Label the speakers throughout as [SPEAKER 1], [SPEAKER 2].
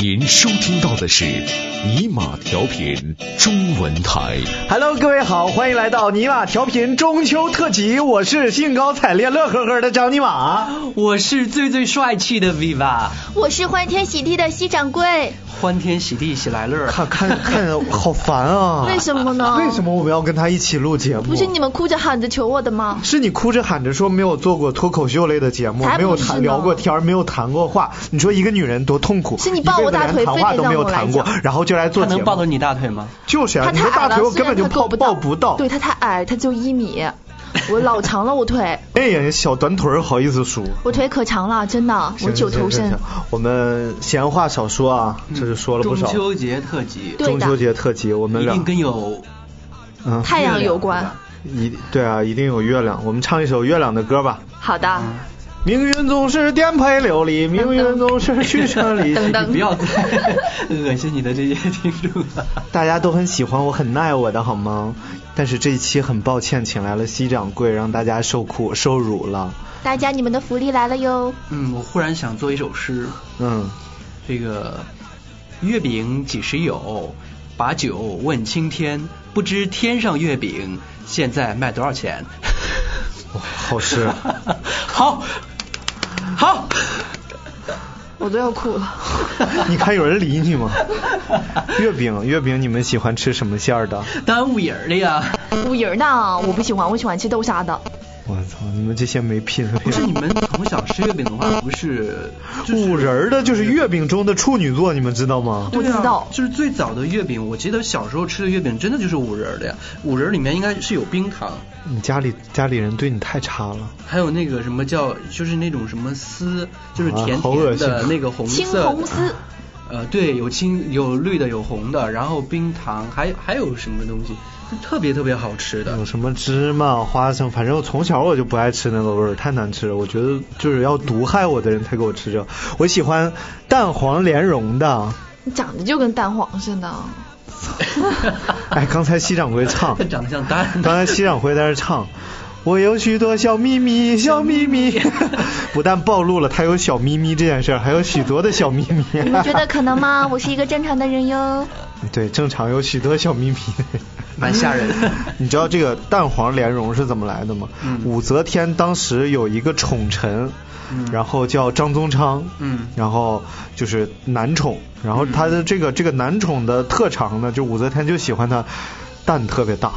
[SPEAKER 1] 您收听到的是尼玛调频中文台。
[SPEAKER 2] Hello，各位好，欢迎来到尼玛调频中秋特辑，我是兴高采烈、乐呵呵的张尼玛。
[SPEAKER 3] 我是最最帅气的 Viva，
[SPEAKER 4] 我是欢天喜地的西掌柜，
[SPEAKER 3] 欢天喜地喜来乐。
[SPEAKER 2] 看看看，好烦啊！
[SPEAKER 4] 为什么呢？
[SPEAKER 2] 为什么我们要跟他一起录节目？
[SPEAKER 4] 不是你们哭着喊着求我的吗？
[SPEAKER 2] 是你哭着喊着说没有做过脱口秀类的节目，
[SPEAKER 4] 才不
[SPEAKER 2] 没有谈
[SPEAKER 4] 是呢
[SPEAKER 2] 聊过天儿，没有谈过话。你说一个女人多痛苦，
[SPEAKER 4] 是你抱我大腿
[SPEAKER 2] 一辈子连谈话
[SPEAKER 4] 非得
[SPEAKER 2] 都没有
[SPEAKER 4] 让我来
[SPEAKER 2] 谈过
[SPEAKER 4] 讲，
[SPEAKER 2] 然后就来
[SPEAKER 3] 他
[SPEAKER 2] 做节
[SPEAKER 3] 能
[SPEAKER 2] 目。
[SPEAKER 3] 抱到你大腿吗？
[SPEAKER 2] 就是啊，
[SPEAKER 4] 他
[SPEAKER 2] 你
[SPEAKER 4] 太
[SPEAKER 2] 的
[SPEAKER 4] 矮
[SPEAKER 2] 大
[SPEAKER 4] 了，
[SPEAKER 2] 腿我
[SPEAKER 4] 虽
[SPEAKER 2] 根
[SPEAKER 4] 然
[SPEAKER 2] 本就
[SPEAKER 4] 他
[SPEAKER 2] 抱
[SPEAKER 4] 够
[SPEAKER 2] 抱不到。
[SPEAKER 4] 对他太矮，他只有一米，我老长了 我腿，
[SPEAKER 2] 哎呀，小短腿儿好意思说。
[SPEAKER 4] 我腿可长了，真的，我九头
[SPEAKER 2] 行行
[SPEAKER 4] 身
[SPEAKER 2] 行。行我们闲话少说啊，这是说了不少。
[SPEAKER 3] 嗯中秋节特辑，
[SPEAKER 4] 对的
[SPEAKER 2] 中秋节特辑，我们
[SPEAKER 3] 一
[SPEAKER 2] 俩
[SPEAKER 3] 定跟有
[SPEAKER 2] 嗯
[SPEAKER 4] 太阳有关
[SPEAKER 3] 月亮
[SPEAKER 2] 一对啊，一定有月亮。我们唱一首月亮的歌吧。
[SPEAKER 4] 好的，
[SPEAKER 2] 嗯命运总是颠沛流离，命运总是曲折离奇。
[SPEAKER 4] 噔噔
[SPEAKER 3] 你不要再恶心你的这些听众了。
[SPEAKER 2] 大家都很喜欢我，很爱我的好吗？但是这一期很抱歉，请来了西掌柜，让大家受苦受辱 了。
[SPEAKER 4] 大家你们的福利来了哟。
[SPEAKER 3] 嗯，我忽然想做一首诗，
[SPEAKER 2] 嗯，
[SPEAKER 3] 这个月饼几时有？把酒问青天，不知天上月饼现在卖多少钱？
[SPEAKER 2] 哇好诗啊
[SPEAKER 3] 好，好。
[SPEAKER 4] 我都要哭了。
[SPEAKER 2] 你看有人理你吗？月饼，月饼，你们喜欢吃什么馅儿的？
[SPEAKER 3] 耽误人儿了呀！
[SPEAKER 4] 五仁儿呢？我不喜欢，我喜欢吃豆沙的。
[SPEAKER 2] 我操，你们这些没品
[SPEAKER 3] 不
[SPEAKER 2] 位
[SPEAKER 3] 是。你们从小吃月饼的话，不是就是
[SPEAKER 2] 五仁儿的就是月饼中的处女座，你们知道吗？
[SPEAKER 4] 我
[SPEAKER 3] 对啊
[SPEAKER 4] 知道
[SPEAKER 3] 就是最早的月饼，我记得小时候吃的月饼真的就是五仁儿的呀，五仁儿里面应该是有冰糖，
[SPEAKER 2] 你家里家里人对你太差了。
[SPEAKER 3] 还有那个什么叫就是那种什么丝，就是
[SPEAKER 2] 啊
[SPEAKER 3] 甜
[SPEAKER 2] 好恶
[SPEAKER 3] 甜
[SPEAKER 2] 心
[SPEAKER 3] 的
[SPEAKER 2] 啊
[SPEAKER 3] 那个红色
[SPEAKER 4] 青红丝。
[SPEAKER 3] 呃，对，有青有绿的，有红的，然后冰糖，还还有什么东西，就特别特别好吃的
[SPEAKER 2] 有。什么芝麻、花生，反正我从小我就不爱吃那个味儿，太难吃了。我觉得就是要毒害我的人才给我吃这个。我喜欢蛋黄莲蓉的。
[SPEAKER 4] 你长得就跟蛋黄似的。
[SPEAKER 2] 哎，刚才西掌柜唱，
[SPEAKER 3] 他长得像蛋。
[SPEAKER 2] 刚才西掌柜在那唱，我有许多小秘密，小秘密。不但暴露了他有小咪咪这件事儿，还有许多的小秘密。
[SPEAKER 4] 你们觉得可能吗？我是一个正常的人哟。
[SPEAKER 2] 对，正常有许多小秘密。
[SPEAKER 3] 蛮吓人的
[SPEAKER 2] 你知道这个蛋黄莲蓉是怎么来的吗？
[SPEAKER 3] 嗯
[SPEAKER 2] 武则天当时有一个宠臣，
[SPEAKER 3] 嗯
[SPEAKER 2] 然后叫张宗昌，
[SPEAKER 3] 嗯
[SPEAKER 2] 然后就是男宠，然后他的这个、这个男宠的特长呢，就武则天就喜欢他蛋特别大，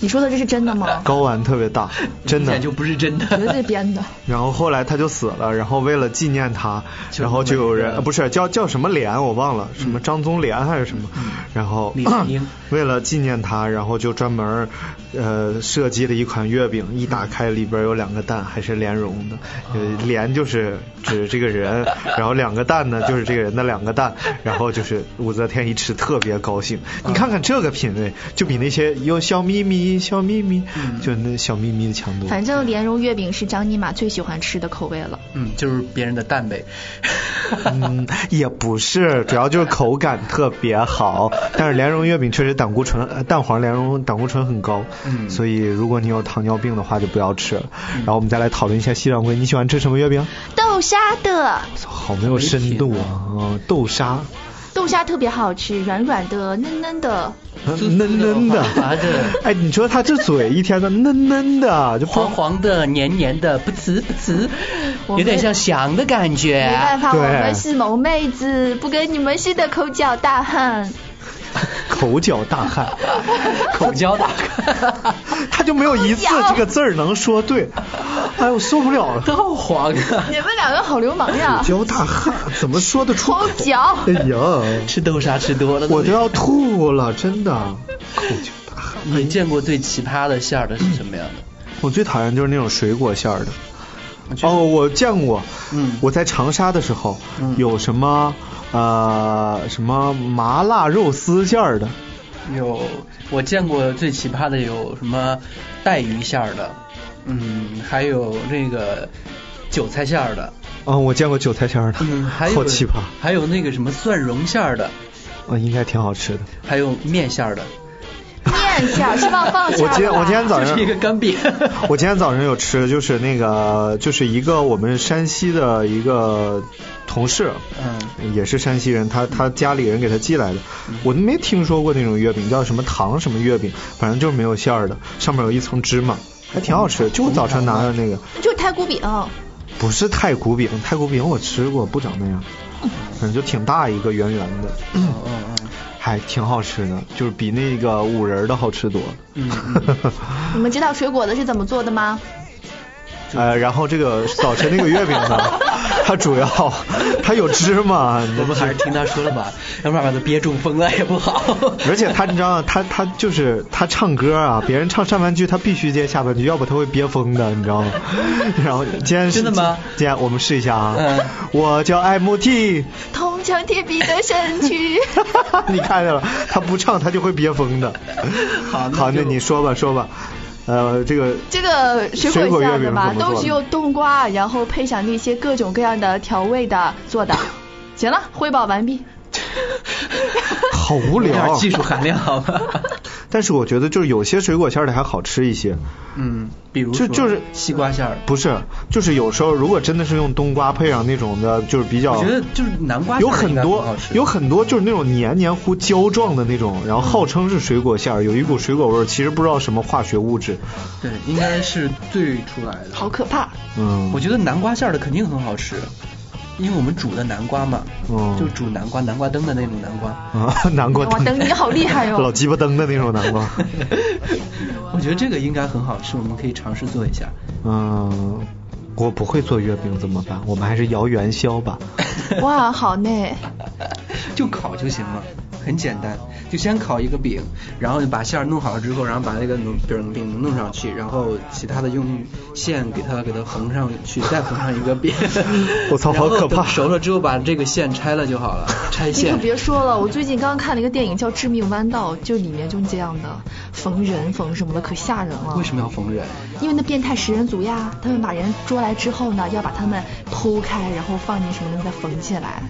[SPEAKER 4] 你说的这是真的吗？
[SPEAKER 2] 睾丸特别大， 真
[SPEAKER 3] 嗯明
[SPEAKER 2] 的
[SPEAKER 3] 显就不是真的。
[SPEAKER 4] 绝对编的。
[SPEAKER 2] 然后后来他就死了，然后为了纪念他，
[SPEAKER 3] 就
[SPEAKER 2] 然后就有人
[SPEAKER 3] 弄了一个嗯
[SPEAKER 2] 呃不是叫叫什么莲我忘了，什么张宗莲还是什么，然后
[SPEAKER 3] 李莲英
[SPEAKER 2] 为了纪念他，然后就专门呃设计了一款月饼，一打开里边有两个蛋，还是莲蓉的，
[SPEAKER 3] 哦
[SPEAKER 2] 呃莲就是指这个 人，然后两个蛋呢就是这个人的两个蛋，然后就是武则天一吃特别高兴，
[SPEAKER 3] 哦
[SPEAKER 2] 你看看这个品味，就比那些有小咪咪小咪咪，
[SPEAKER 3] 嗯
[SPEAKER 2] 就那小咪咪的强多。
[SPEAKER 4] 反正莲蓉月饼是张尼玛最喜欢吃的口味了。
[SPEAKER 3] 嗯，就是别人的蛋呗。
[SPEAKER 2] 嗯，也不是，主要就是口感特别 好。但是莲蓉月饼确实胆固醇，呃蛋黄莲蓉胆固醇很高，
[SPEAKER 3] 嗯
[SPEAKER 2] 所以如果你有糖尿病的话就不要吃了。然后我们再来讨论一下西掌柜，你喜欢吃什么月饼？
[SPEAKER 4] 豆沙的，
[SPEAKER 2] 好没有深度啊，嗯豆沙，
[SPEAKER 4] 豆沙特别好吃，软软的、嫩嫩的。
[SPEAKER 3] 滋滋
[SPEAKER 2] 呃嫩
[SPEAKER 3] 的
[SPEAKER 2] 嫩嫩的
[SPEAKER 3] 滑滑的，
[SPEAKER 2] 哎，你说他这嘴一天的嫩嫩的，就不
[SPEAKER 3] 黄黄的、黏黏的，不呲不呲，
[SPEAKER 4] 我们
[SPEAKER 3] 有点像翔的感觉。啊
[SPEAKER 4] 没办法，
[SPEAKER 2] 对
[SPEAKER 4] 我们是萌妹子，不跟你们似的口角 大汉。
[SPEAKER 2] 口角大 汉，
[SPEAKER 3] 口交大
[SPEAKER 2] 他就没有一次
[SPEAKER 4] 口角
[SPEAKER 2] 这个字儿能说对，哎，我受不了了。
[SPEAKER 3] 到黄啊！
[SPEAKER 4] 你们两个好流氓 呀！
[SPEAKER 2] 口角大汉怎么说得出口？
[SPEAKER 4] 口角
[SPEAKER 2] 哎呀，
[SPEAKER 3] 吃豆沙吃多了，
[SPEAKER 2] 我都要吐了，真的。口角大汉，
[SPEAKER 3] 你见过最奇葩的馅儿的是什么样的？
[SPEAKER 2] 我最讨厌就是那种水果馅儿的。
[SPEAKER 3] 觉得
[SPEAKER 2] 哦，我见过，
[SPEAKER 3] 嗯
[SPEAKER 2] 我在长沙的时候，
[SPEAKER 3] 嗯
[SPEAKER 2] 有什么呃什么麻辣肉丝馅儿的，
[SPEAKER 3] 有我见过最奇葩的有什么带鱼馅儿的，嗯，还有那个韭菜馅儿的，
[SPEAKER 2] 嗯，我见过韭菜馅儿的，
[SPEAKER 3] 嗯，还有
[SPEAKER 2] 好奇葩，
[SPEAKER 3] 还有那个什么蒜蓉馅儿的，
[SPEAKER 2] 嗯，应该挺好吃的。
[SPEAKER 3] 还有面馅儿的，
[SPEAKER 4] 面馅儿是吧？放馅
[SPEAKER 2] 我今天
[SPEAKER 4] 儿吧
[SPEAKER 2] 我今天早
[SPEAKER 3] 就
[SPEAKER 2] 上
[SPEAKER 3] 是一个干瘪。
[SPEAKER 2] 我今天早上有吃的，就是那个，就是一个我们山西的一个同事，
[SPEAKER 3] 嗯，
[SPEAKER 2] 也是山西人，他他家里人给他寄来的，我都没听说过那种月饼，叫什么糖什么月饼，反正就是没有馅儿的，上面有一层芝麻，还挺好吃的，就我早晨拿的那个，
[SPEAKER 4] 就是太嗯古饼，
[SPEAKER 2] 啊不是太古饼，太古饼我吃过，不长那样，反正就挺大一个圆圆的，
[SPEAKER 3] 嗯嗯
[SPEAKER 2] 还挺好吃的，就是比那个五仁儿的好吃多。
[SPEAKER 3] 嗯嗯
[SPEAKER 4] 你们知道水果子是怎么做的吗？
[SPEAKER 2] 呃，然后这个早晨那个月饼 呢，它主要它有芝麻，
[SPEAKER 3] 嗯，我们还是听他说了 吧，要不然把他憋中风了也不好。
[SPEAKER 2] 而且他你知道他他就是他唱歌啊，别人唱上半句他必须接下半句，要不他会憋疯的，你知道吗？然后今天是
[SPEAKER 3] 真的吗
[SPEAKER 2] 今天我们试一下啊，
[SPEAKER 3] 嗯
[SPEAKER 2] 我叫 MT，
[SPEAKER 4] 铜墙铁壁的身 躯。
[SPEAKER 2] 你看见了，他不唱他就会憋疯的。
[SPEAKER 3] 好那
[SPEAKER 2] 好，那
[SPEAKER 3] 就
[SPEAKER 2] 你说吧说吧，呃，这 个
[SPEAKER 4] 这个水
[SPEAKER 2] 水
[SPEAKER 4] 果
[SPEAKER 2] 果
[SPEAKER 4] 馅
[SPEAKER 2] 月
[SPEAKER 4] 的
[SPEAKER 2] 饼
[SPEAKER 4] 吧，
[SPEAKER 2] 怎么做
[SPEAKER 4] 都
[SPEAKER 2] 的
[SPEAKER 4] 是用冬瓜，然后配上那些各种各样的调味的做 的。行了，汇报完毕。
[SPEAKER 2] 好无
[SPEAKER 3] 有点
[SPEAKER 2] 聊，啊
[SPEAKER 3] 技术含量 好吧？
[SPEAKER 2] 但是我觉得就是有些水果馅儿的还好吃一些，
[SPEAKER 3] 嗯，比如
[SPEAKER 2] 就
[SPEAKER 3] 说
[SPEAKER 2] 就是
[SPEAKER 3] 西瓜馅儿。
[SPEAKER 2] 不是，就是有时候如果真的是用冬瓜配上那种的，就是比较，
[SPEAKER 3] 我觉得就是南瓜
[SPEAKER 2] 有
[SPEAKER 3] 馅儿
[SPEAKER 2] 很
[SPEAKER 3] 应该
[SPEAKER 2] 多
[SPEAKER 3] 很好吃
[SPEAKER 2] 有很多就是那种黏黏糊胶状的那种，然后号称是水果馅儿，有一股水果味儿，其实不知道什么化学物质。
[SPEAKER 3] 对，应该是兑出来的。
[SPEAKER 4] 好可怕！
[SPEAKER 2] 嗯，
[SPEAKER 3] 我觉得南瓜馅儿的肯定很好吃，因为我们煮的南瓜嘛，
[SPEAKER 2] 嗯
[SPEAKER 3] 就煮南瓜南瓜灯的那种南瓜。
[SPEAKER 2] 啊，南瓜
[SPEAKER 4] 哇，等你好厉害 哟、
[SPEAKER 2] 老鸡巴灯的那种南瓜。
[SPEAKER 3] 我觉得这个应该很好吃，我们可以尝试做一下。
[SPEAKER 2] 嗯，我不会做月饼怎么办？我们还是摇元宵吧。
[SPEAKER 4] 哇，好呢。
[SPEAKER 3] 就烤就行了，很简单，就先烤一个饼，然后你把馅儿弄好了之后，然后把那个浓饼饼弄上去，然后其他的用线给它给它横上去，再横上一个饼
[SPEAKER 2] 。我操好可怕
[SPEAKER 3] 然后等熟了之后把这个线拆了就好了，拆
[SPEAKER 4] 你
[SPEAKER 3] 线
[SPEAKER 4] 可。别说了，我最近刚看了一个电影叫《致命弯道》，就里面就是这样的，缝人缝什么的，可吓人了。
[SPEAKER 3] 为什么要缝人？
[SPEAKER 4] 因为那变态食人族呀，他们把人捉来之后呢，要把他们剖开，然后放进什么东西再缝起来，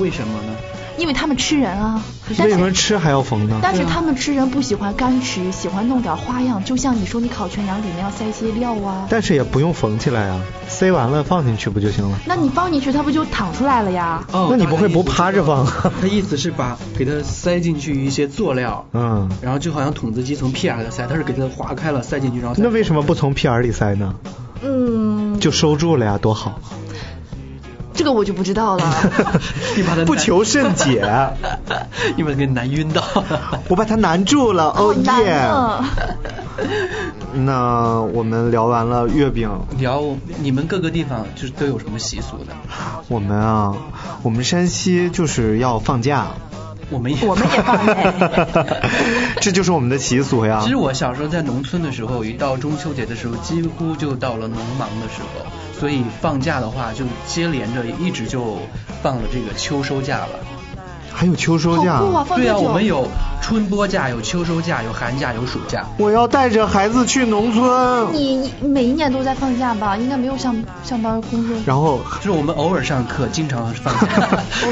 [SPEAKER 3] 为什么呢？
[SPEAKER 4] 因为他们吃人啊。但
[SPEAKER 2] 为
[SPEAKER 4] 是
[SPEAKER 2] 什么吃还要缝呢？啊
[SPEAKER 4] 但是他们吃人不喜欢干吃，喜欢弄点花样，就像你说你烤全羊里面要塞一些料啊。
[SPEAKER 2] 但是也不用缝起来啊，塞完了放进去不就行了？
[SPEAKER 4] 那你放进去，它不就淌出来了呀？
[SPEAKER 3] 哦
[SPEAKER 2] 那你不会不趴着放
[SPEAKER 3] 他意思是把给它塞进去一些佐料，
[SPEAKER 2] 嗯，
[SPEAKER 3] 然后就好像筒子机从屁眼儿给它塞，它是给它划开了塞进去，然后再
[SPEAKER 2] 那为什么不从屁眼里塞呢？
[SPEAKER 4] 嗯，
[SPEAKER 2] 就收住了呀，多好！
[SPEAKER 4] 这个我就不知 道了。
[SPEAKER 3] 你把它难
[SPEAKER 2] 不求甚解，
[SPEAKER 3] 你把它给难 晕倒。
[SPEAKER 2] 我把它难住了，
[SPEAKER 4] 好
[SPEAKER 2] 哦
[SPEAKER 4] 难
[SPEAKER 2] 耶！
[SPEAKER 4] 啊！
[SPEAKER 2] 那我们聊完了月饼，
[SPEAKER 3] 聊你们各个地方就是都有什么习俗的？
[SPEAKER 2] 我们啊，我们山西就是要放 假，
[SPEAKER 3] 我们也
[SPEAKER 4] 我们也放哎
[SPEAKER 2] 这就是我们的习俗呀
[SPEAKER 3] 其。实我小时候在农村的时候，一到中秋节的时候，几乎就到了农忙的时候，所以放假的话就接连着一直就放了这个秋收假了。
[SPEAKER 2] 还有秋收假
[SPEAKER 4] 好，酷啊！放
[SPEAKER 3] 对
[SPEAKER 4] 多
[SPEAKER 3] 啊，
[SPEAKER 4] 久？
[SPEAKER 3] 我们有春播假，有秋收假，有寒假，有暑假。
[SPEAKER 2] 我要带着孩子去农村，
[SPEAKER 4] 你你每一年都在放假吧？应该没有上上班工作。
[SPEAKER 2] 然后
[SPEAKER 3] 就是我们偶尔上课，经常放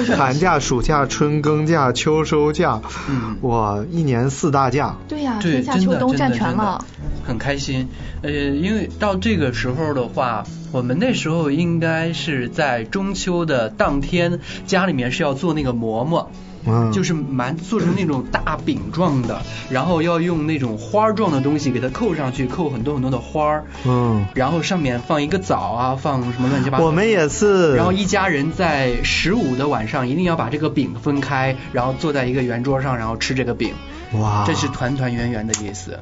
[SPEAKER 3] 假。
[SPEAKER 2] 寒假、暑假、春耕假、秋收假，
[SPEAKER 3] 嗯
[SPEAKER 2] 哇，一年四大假。
[SPEAKER 4] 对呀、
[SPEAKER 3] 对，
[SPEAKER 4] 春夏
[SPEAKER 3] 真
[SPEAKER 4] 秋
[SPEAKER 3] 的
[SPEAKER 4] 冬
[SPEAKER 3] 真
[SPEAKER 4] 占
[SPEAKER 3] 的
[SPEAKER 4] 全
[SPEAKER 3] 真的
[SPEAKER 4] 了。
[SPEAKER 3] 很开心。呃，因为到这个时候的话，我们那时候应该是在中秋的当天，家里面是要做那个馍馍。
[SPEAKER 2] 嗯
[SPEAKER 3] 就是蛮做成那种大饼状的，然后要用那种花儿状的东西给它扣上去，扣很多很多的花儿，
[SPEAKER 2] 嗯
[SPEAKER 3] 然后上面放一个枣啊，放什么乱七八糟。
[SPEAKER 2] 我们也是，
[SPEAKER 3] 然后一家人在十五的晚上一定要把这个饼分开，然后坐在一个圆桌上，然后吃这个饼。
[SPEAKER 2] 哇，
[SPEAKER 3] 这是团团圆圆的意思。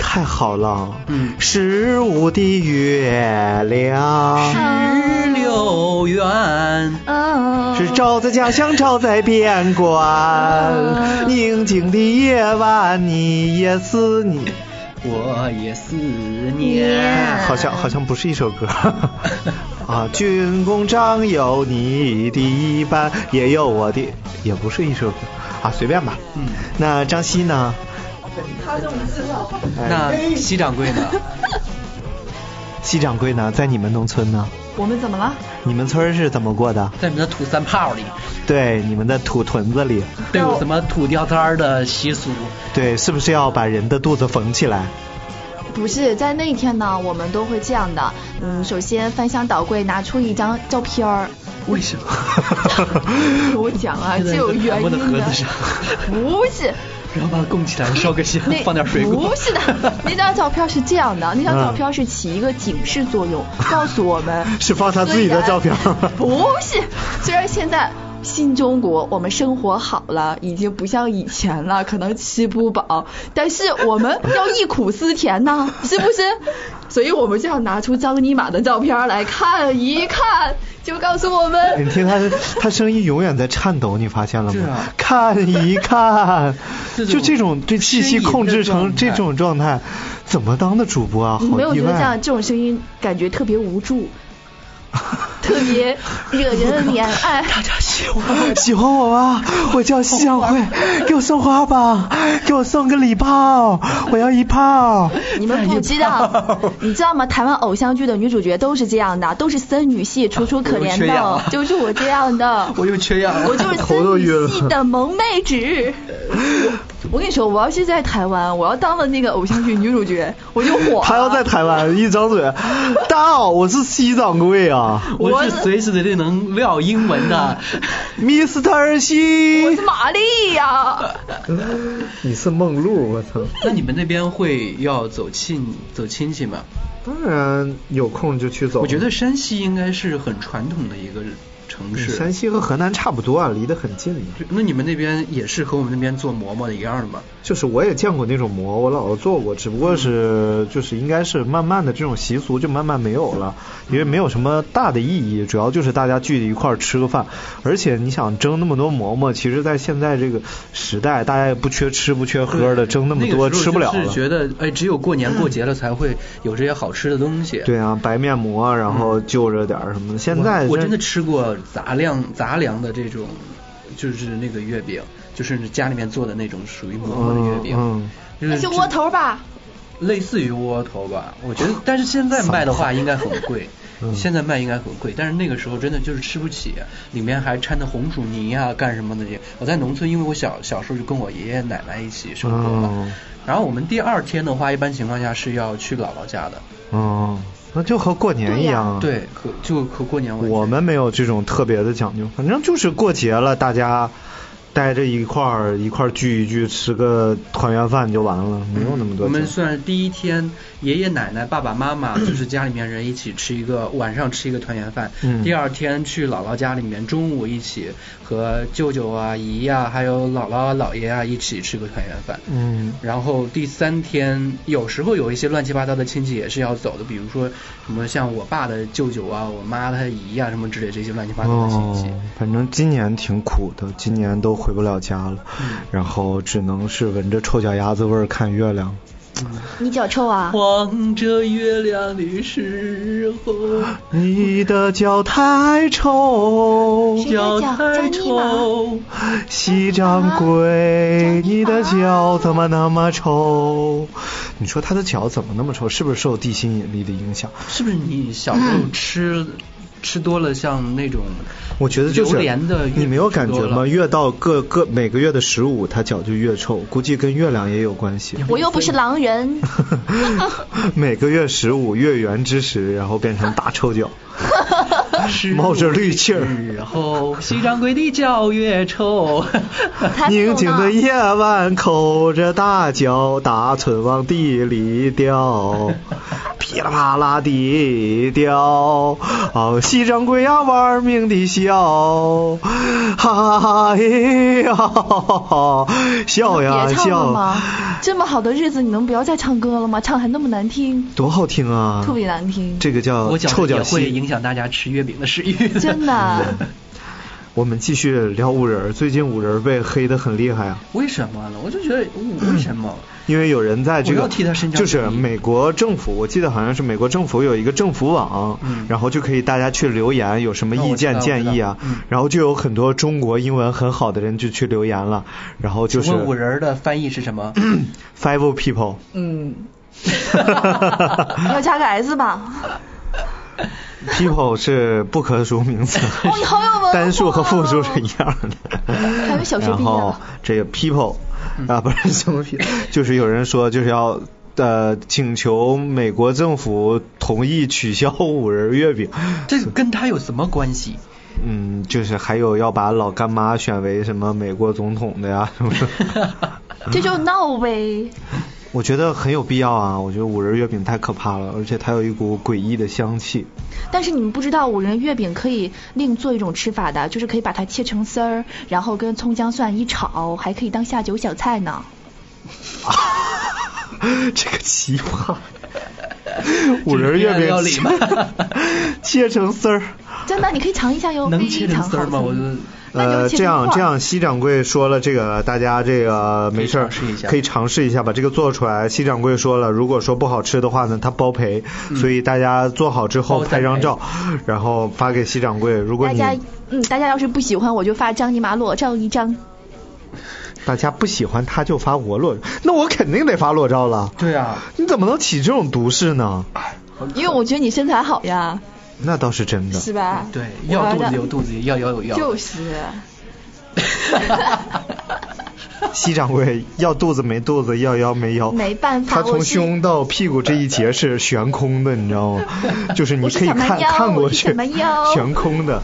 [SPEAKER 2] 太好了。
[SPEAKER 3] 嗯
[SPEAKER 2] 十五的月亮
[SPEAKER 3] 十六元，
[SPEAKER 4] 嗯，
[SPEAKER 2] 是照在家乡，照在边 关。宁静的夜晚，你也思你。
[SPEAKER 3] 我也思念。
[SPEAKER 2] 好像好像不是一首歌。 啊，军功章有你的一半，也有我的，也不是一首歌啊，随便吧。
[SPEAKER 3] 嗯
[SPEAKER 2] 那张希呢？
[SPEAKER 3] 那西掌柜 呢？
[SPEAKER 2] 西掌柜呢？在你们农村呢？
[SPEAKER 4] 我们怎么了？
[SPEAKER 2] 你们村儿是怎么过的？
[SPEAKER 3] 在你们的土三炮里，
[SPEAKER 2] 对，你们的土屯子里，
[SPEAKER 3] 都有什么土掉渣儿的习俗？
[SPEAKER 2] 对，是不是要把人的肚子缝起来？
[SPEAKER 4] 不是在那一天呢，我们都会这样的。嗯，首先翻箱倒柜拿出一张照片儿，
[SPEAKER 3] 为 什么？
[SPEAKER 4] 我讲啊，
[SPEAKER 3] 现在
[SPEAKER 4] 这有原因
[SPEAKER 3] 不
[SPEAKER 4] 的
[SPEAKER 3] 能盒子上。
[SPEAKER 4] 不 是。
[SPEAKER 3] 然后把它供起来，烧个香
[SPEAKER 4] 那，
[SPEAKER 3] 放点水果。
[SPEAKER 4] 不是的， 那张照片是这样的，那张
[SPEAKER 2] 嗯
[SPEAKER 4] 照片是起一个警示作 用，告诉我们
[SPEAKER 2] 是放他自己的照片
[SPEAKER 4] 虽然
[SPEAKER 2] 吗
[SPEAKER 4] 不是，虽然现在。新中国，我们生活好了，已经不像以前了，可能吃不饱，但是我们要忆苦思 甜呐、是不是？所以我们就要拿出张尼玛的照片来看一看，就告诉我
[SPEAKER 2] 你
[SPEAKER 3] 哎
[SPEAKER 4] 们，
[SPEAKER 2] 听他，他声音永远在颤抖，你发现了
[SPEAKER 3] 是
[SPEAKER 2] 吗？
[SPEAKER 3] 啊
[SPEAKER 2] 看一看，
[SPEAKER 3] 这种
[SPEAKER 2] 就这种对气息控制成这种状态，怎么当的主播啊？
[SPEAKER 4] 你
[SPEAKER 2] 好
[SPEAKER 4] 没有
[SPEAKER 2] 意
[SPEAKER 4] 觉得这样
[SPEAKER 2] 外！
[SPEAKER 4] 这种声音感觉特别 无助，特别惹人 怜爱。
[SPEAKER 2] 喜欢我吗？我叫西洋慧，给我送花吧，给我送个礼炮，我要一炮。
[SPEAKER 4] 你们不知道，你知道吗？台湾偶像剧的女主角都是这样的，都是森女系，楚楚
[SPEAKER 2] 啊
[SPEAKER 4] 可怜
[SPEAKER 3] 我又缺氧
[SPEAKER 4] 的
[SPEAKER 3] 了，。
[SPEAKER 4] 就是我这样的
[SPEAKER 3] 我又缺氧了
[SPEAKER 4] 我就是
[SPEAKER 2] 头都
[SPEAKER 4] 森
[SPEAKER 2] 晕
[SPEAKER 4] 女
[SPEAKER 2] 了
[SPEAKER 4] 系的萌妹纸。我我跟你说，我要是在台湾，我要当了那个偶像剧女主角，我就火了。
[SPEAKER 2] 他要在台湾一张嘴，大家好，我是西掌柜啊
[SPEAKER 3] 我是随时随地能撂英文 的。
[SPEAKER 2] ，Mr.
[SPEAKER 4] 我
[SPEAKER 2] 西
[SPEAKER 4] 是。玛 丽呀！
[SPEAKER 2] 你是梦露，我操！
[SPEAKER 3] 那你们那边会要走亲走亲戚吗？
[SPEAKER 2] 当然有空就去走。
[SPEAKER 3] 我觉得山西应该是很传统的一个城市。
[SPEAKER 2] 山西和河南差不多啊，离得很近的。
[SPEAKER 3] 对，那你们那边也是和我们那边做馍馍一样的吗？
[SPEAKER 2] 就是我也见过那种馍，我姥姥做过，只不过是就是应该是慢慢的这种习俗就慢慢没有了，因为没有什么大的意义，主要就是大家聚一块儿吃个饭。而且你想蒸那么多馍馍，其实在现在这个时代，大家也不缺吃不缺喝的，蒸那么多吃不了
[SPEAKER 3] 是觉
[SPEAKER 2] 了。
[SPEAKER 3] 得哎，只有过年过节了才会有这些好吃的东西。
[SPEAKER 2] 对啊，白面馍，然后就着点儿什么的。现在
[SPEAKER 3] 嗯我我
[SPEAKER 2] 这
[SPEAKER 3] 真的吃过杂粮杂粮的这种，就是那个月饼，就是家里面做的那种属于馍馍的月饼，
[SPEAKER 2] 嗯
[SPEAKER 3] 就是
[SPEAKER 4] 那是窝头吧？
[SPEAKER 3] 类似于窝头吧。我觉得，但是现在卖的话应该很贵。
[SPEAKER 2] 嗯
[SPEAKER 3] 现在卖应该很贵，但是那个时候真的就是吃不起，里面还掺的红薯泥啊，干什么的也。我在农村，因为我小小时候就跟我爷爷奶奶一起生活嘛。
[SPEAKER 2] 哦
[SPEAKER 3] 然后我们第二天的话，一般情况下是要去姥姥家的。
[SPEAKER 2] 嗯，那就和过年一样啊。
[SPEAKER 3] 对，和就和过年完全
[SPEAKER 2] 我们没有这种特别的讲究，反正就是过节了，大家待着一块儿一块儿聚一聚，吃个团圆饭就完了，没有那么多讲究。
[SPEAKER 3] 嗯我们算是第一天，爷爷奶奶、爸爸妈妈就是家里面人一起吃一个晚上吃一个团圆饭。
[SPEAKER 2] 嗯
[SPEAKER 3] 第二天去姥姥家里面，中午一起和舅舅啊、姨呀、还有姥姥啊、姥爷啊一起吃个团圆饭。
[SPEAKER 2] 嗯
[SPEAKER 3] 然后第三天，有时候有一些乱七八糟的亲戚也是要走的，比如说什么像我爸的舅舅啊、我妈的姨呀、什么之类这些乱七八糟的亲戚。
[SPEAKER 2] 哦，反正今年挺苦的，今年都回不了家了，
[SPEAKER 3] 嗯
[SPEAKER 2] 然后只能是闻着臭脚丫子味儿看月亮。
[SPEAKER 4] 你脚臭啊？
[SPEAKER 3] 望着月亮的时候，
[SPEAKER 4] 啊
[SPEAKER 3] 嗯
[SPEAKER 2] 你的脚太臭，
[SPEAKER 4] 谁的脚
[SPEAKER 3] 太
[SPEAKER 4] 叫你
[SPEAKER 3] 臭
[SPEAKER 4] 吗。
[SPEAKER 2] 西掌柜，你的脚怎么那么臭？你说他的脚怎么那么臭？是不是受地心引力的影响？
[SPEAKER 3] 是不是你小时候吃、吃多了像那种？
[SPEAKER 2] 嗯我觉得就是
[SPEAKER 3] 榴莲的月饼
[SPEAKER 2] 你没有感觉
[SPEAKER 3] 吃多
[SPEAKER 2] 吗？
[SPEAKER 3] 了
[SPEAKER 2] 越到各各每个月的十五，他脚就越臭，估计跟月亮也有关系。
[SPEAKER 4] 我又不是狼人。
[SPEAKER 2] 每个月十五月圆之时，然后变成大臭 脚，冒着绿气儿。
[SPEAKER 3] 然后西掌柜的脚越臭，
[SPEAKER 4] 才没
[SPEAKER 2] 宁
[SPEAKER 4] 有呢
[SPEAKER 2] 静的夜晚，抠着大脚，打寸往地里 掉，噼里啪啦地掉。哦，西掌柜呀，玩命的笑，哈哈嘿呀，笑呀
[SPEAKER 4] 别唱了
[SPEAKER 2] 笑
[SPEAKER 4] 吗，？这么好的日子，你能不要再唱歌了吗？唱还那么 难听，
[SPEAKER 2] 多好听啊！
[SPEAKER 4] 特别难听。
[SPEAKER 2] 这个叫
[SPEAKER 3] 我觉
[SPEAKER 2] 呃臭
[SPEAKER 3] 得也
[SPEAKER 2] 脚
[SPEAKER 3] 会
[SPEAKER 2] 西。
[SPEAKER 3] 影响大家吃月饼的食欲。
[SPEAKER 4] 真 的，
[SPEAKER 2] 我们继续聊五仁儿，最近五仁儿被黑的很厉害啊。
[SPEAKER 3] 为什么呢？我就觉得嗯为什么？
[SPEAKER 2] 因为有人在这
[SPEAKER 3] 我
[SPEAKER 2] 个
[SPEAKER 3] 要替他伸张
[SPEAKER 2] 就是
[SPEAKER 3] 正义
[SPEAKER 2] 美国政府，我记得好像是美国政府有一个政府网，
[SPEAKER 3] 嗯
[SPEAKER 2] 然后就可以大家去留言，有什么
[SPEAKER 3] 哦
[SPEAKER 2] 意
[SPEAKER 3] 我知道
[SPEAKER 2] 见建议啊
[SPEAKER 3] 我知道嗯，
[SPEAKER 2] 然后就有很多中国英文很好的人就去留言了，然后就是嗯
[SPEAKER 3] 请问五仁儿的翻译是什么？
[SPEAKER 2] five people，
[SPEAKER 4] 嗯，要加个 S 吧？
[SPEAKER 2] people 是不可数名词，
[SPEAKER 4] 哦你好有文化
[SPEAKER 2] 单数和复数是一样的。
[SPEAKER 4] 还有小学毕
[SPEAKER 2] 然
[SPEAKER 4] 业
[SPEAKER 2] 后
[SPEAKER 4] 了，
[SPEAKER 2] 这个 people 啊，不是什么 people，就是有人说就是要。呃，请求美国政府同意取消五仁月饼，
[SPEAKER 3] 这跟他有什么关系？
[SPEAKER 2] 嗯，就是还有要把老干妈选为什么美国总统的呀什么的。
[SPEAKER 4] 这就闹呗。
[SPEAKER 2] 我觉得很有必要啊！我觉得五仁月饼太可怕了，而且它有一股诡异的香气。
[SPEAKER 4] 但是你们不知道，五仁月饼可以另做一种吃法的，就是可以把它切成丝儿，然后跟葱姜蒜一炒，还可以当下酒小菜呢。
[SPEAKER 2] 这个奇 葩，五仁月饼
[SPEAKER 3] 这是黑暗料理吗
[SPEAKER 2] 切成丝儿。
[SPEAKER 4] 真的，你可以尝一下哟，
[SPEAKER 3] 能
[SPEAKER 4] 非
[SPEAKER 3] 切
[SPEAKER 4] 常
[SPEAKER 3] 成
[SPEAKER 4] 好
[SPEAKER 3] 丝儿吗？
[SPEAKER 4] 吃
[SPEAKER 3] 我就
[SPEAKER 4] 那就
[SPEAKER 2] 呃，
[SPEAKER 4] 切
[SPEAKER 2] 这
[SPEAKER 4] 成
[SPEAKER 2] 样
[SPEAKER 4] 块儿
[SPEAKER 2] 这样，西掌柜说了这个，大家这个没事儿
[SPEAKER 3] 可以尝试一下
[SPEAKER 2] 可以尝试一下把这个做出来。西掌柜说了，如果说不好吃的话呢，他包赔，所以大家做好之后
[SPEAKER 3] 嗯包赞
[SPEAKER 2] 拍张
[SPEAKER 3] 赔
[SPEAKER 2] 照，然后发给西掌柜。如果
[SPEAKER 4] 大
[SPEAKER 2] 你
[SPEAKER 4] 家嗯，大家要是不喜欢，我就发张尼玛裸照一张。
[SPEAKER 2] 大家不喜欢他就发我裸，那我肯定得发裸照了。
[SPEAKER 3] 对啊，
[SPEAKER 2] 你怎么能起这种毒誓呢？
[SPEAKER 4] 因为我觉得你身材好呀，
[SPEAKER 2] 那倒是真的。
[SPEAKER 4] 是吧？
[SPEAKER 3] 嗯对，
[SPEAKER 4] 我
[SPEAKER 3] 要
[SPEAKER 4] 儿
[SPEAKER 3] 肚
[SPEAKER 4] 子
[SPEAKER 3] 子有肚子，要腰有腰。
[SPEAKER 4] 就是，
[SPEAKER 2] 西掌柜要肚子没肚子，要腰没腰，
[SPEAKER 4] 没办法
[SPEAKER 2] 他从
[SPEAKER 4] 我是
[SPEAKER 2] 胸到屁股这一节是悬空的，你知 道吗？就是你
[SPEAKER 4] 我是
[SPEAKER 2] 可以
[SPEAKER 4] 怎么
[SPEAKER 2] 看
[SPEAKER 4] 腰
[SPEAKER 2] 看过
[SPEAKER 4] 我是
[SPEAKER 2] 去
[SPEAKER 4] 怎么 腰
[SPEAKER 2] 悬空的。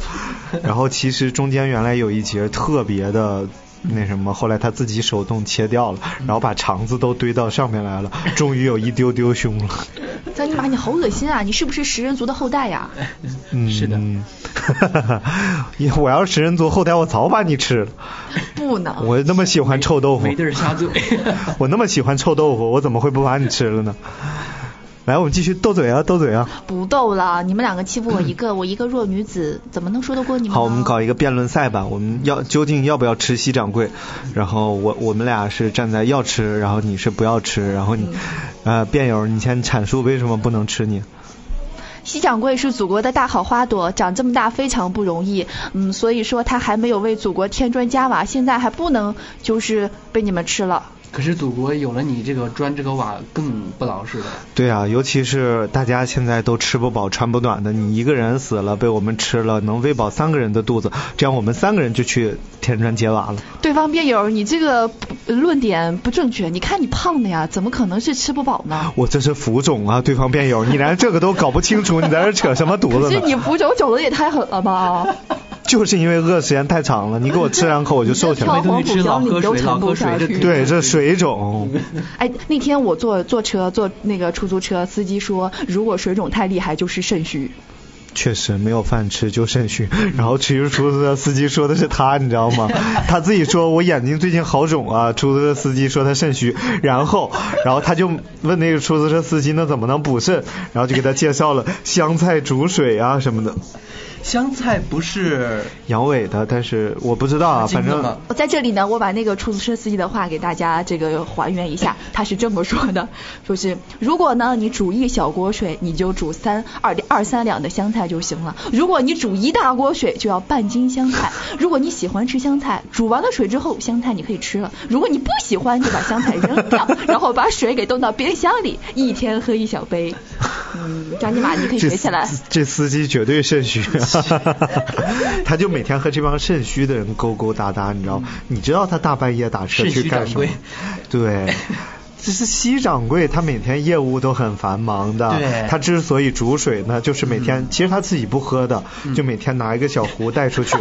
[SPEAKER 2] 然后其实中间原来有一节特别的。那什么，后来他自己手动切掉了，
[SPEAKER 4] 嗯
[SPEAKER 2] 然后把肠子都堆到上面来了，终于有一丢丢胸 了。
[SPEAKER 4] 张尼玛你好恶心啊！你是不是食人族的后 代呀、
[SPEAKER 2] 嗯，
[SPEAKER 3] 是的，
[SPEAKER 2] 我要是食人族后代，我早把你吃了。
[SPEAKER 4] 不能，
[SPEAKER 2] 我那么喜欢臭豆腐，
[SPEAKER 3] 没地儿下嘴。
[SPEAKER 2] 我那么喜欢臭豆腐，我怎么会不把你吃 了呢？来，我们继续斗嘴啊，斗嘴啊！
[SPEAKER 4] 不斗了，你们两个欺负我一个，我一个弱女子，怎么能说得过你们呢？
[SPEAKER 2] 好，我们搞一个辩论赛吧。我们要究竟要不要吃西掌柜？然后我我们俩是站在要吃，然后你是不要吃，然后你、
[SPEAKER 4] 嗯
[SPEAKER 2] 呃辩友，你先阐述为什么不能吃你？
[SPEAKER 4] 西掌柜是祖国的大好花朵，长这么大非常不容易，嗯，所以说他还没有为祖国添砖加瓦，现在还不能就是被你们吃了。
[SPEAKER 3] 可是祖国有了你这个砖这个瓦更不老实了。
[SPEAKER 2] 对啊，尤其是大家现在都吃不饱穿不暖的，你一个人死了被我们吃了，能喂饱三个人的肚子，这样我们三个人就去添砖解 瓦了。
[SPEAKER 4] 对方辩友，你这个呃论点不正确，你看你胖的呀，怎么可能是吃不饱呢？
[SPEAKER 2] 我这是浮肿啊，对方辩友，你连这个都搞不清楚，你在这扯什么犊
[SPEAKER 4] 可
[SPEAKER 2] 子
[SPEAKER 4] 是
[SPEAKER 2] 呢？
[SPEAKER 4] 你扶走走的也太狠了吧！
[SPEAKER 2] 就是因为饿时间太长了，你给我吃两口我就瘦 下来
[SPEAKER 4] 跳
[SPEAKER 2] 了。
[SPEAKER 4] 黄浦江你都沉不下去。
[SPEAKER 2] 对，这水肿。
[SPEAKER 4] 哎，那天我坐坐车坐那个出租车，司机说如果水肿太厉害就是肾虚。
[SPEAKER 2] 确实没有饭吃就肾虚， 然后其实出租车司机说的是他，你知道吗？ 他自己说我眼睛最近好肿啊，出租车司机说他肾虚，然后然后他就问那个出租车司机那怎么能补肾，然后就给他介绍了香菜煮水啊什么的，
[SPEAKER 3] 香菜不是
[SPEAKER 2] 阳痿的，但是我不知道啊，反
[SPEAKER 3] 金的
[SPEAKER 2] 正
[SPEAKER 3] 吗
[SPEAKER 4] 我在这里呢，我把那个出租车司机的话给大家这个还原一下，他是这么说的，说是如果呢你煮一小锅水，你就煮三二二三两的香菜就行了；如果你煮一大锅水，就要半斤香菜。如果你喜欢吃香菜，煮完了水之后，香菜你可以吃了；如果你不喜欢，就把香菜扔掉，然后把水给冻到冰箱里，一天喝一小杯。嗯，张尼玛，你可以
[SPEAKER 2] 这
[SPEAKER 4] 学起来。
[SPEAKER 2] 司这司机绝对肾 虚， 他就每天和这帮肾虚的人勾勾搭搭，你知道？你知道他大半夜打车
[SPEAKER 3] 肾虚
[SPEAKER 2] 去干什么
[SPEAKER 3] 掌？
[SPEAKER 2] 对。这是西掌柜，他每天业务都很繁忙的。
[SPEAKER 3] 对
[SPEAKER 2] 他之所以煮水呢，就是每
[SPEAKER 3] 嗯
[SPEAKER 2] 天，其实他自己不喝的，就每天拿一个小壶带 出去，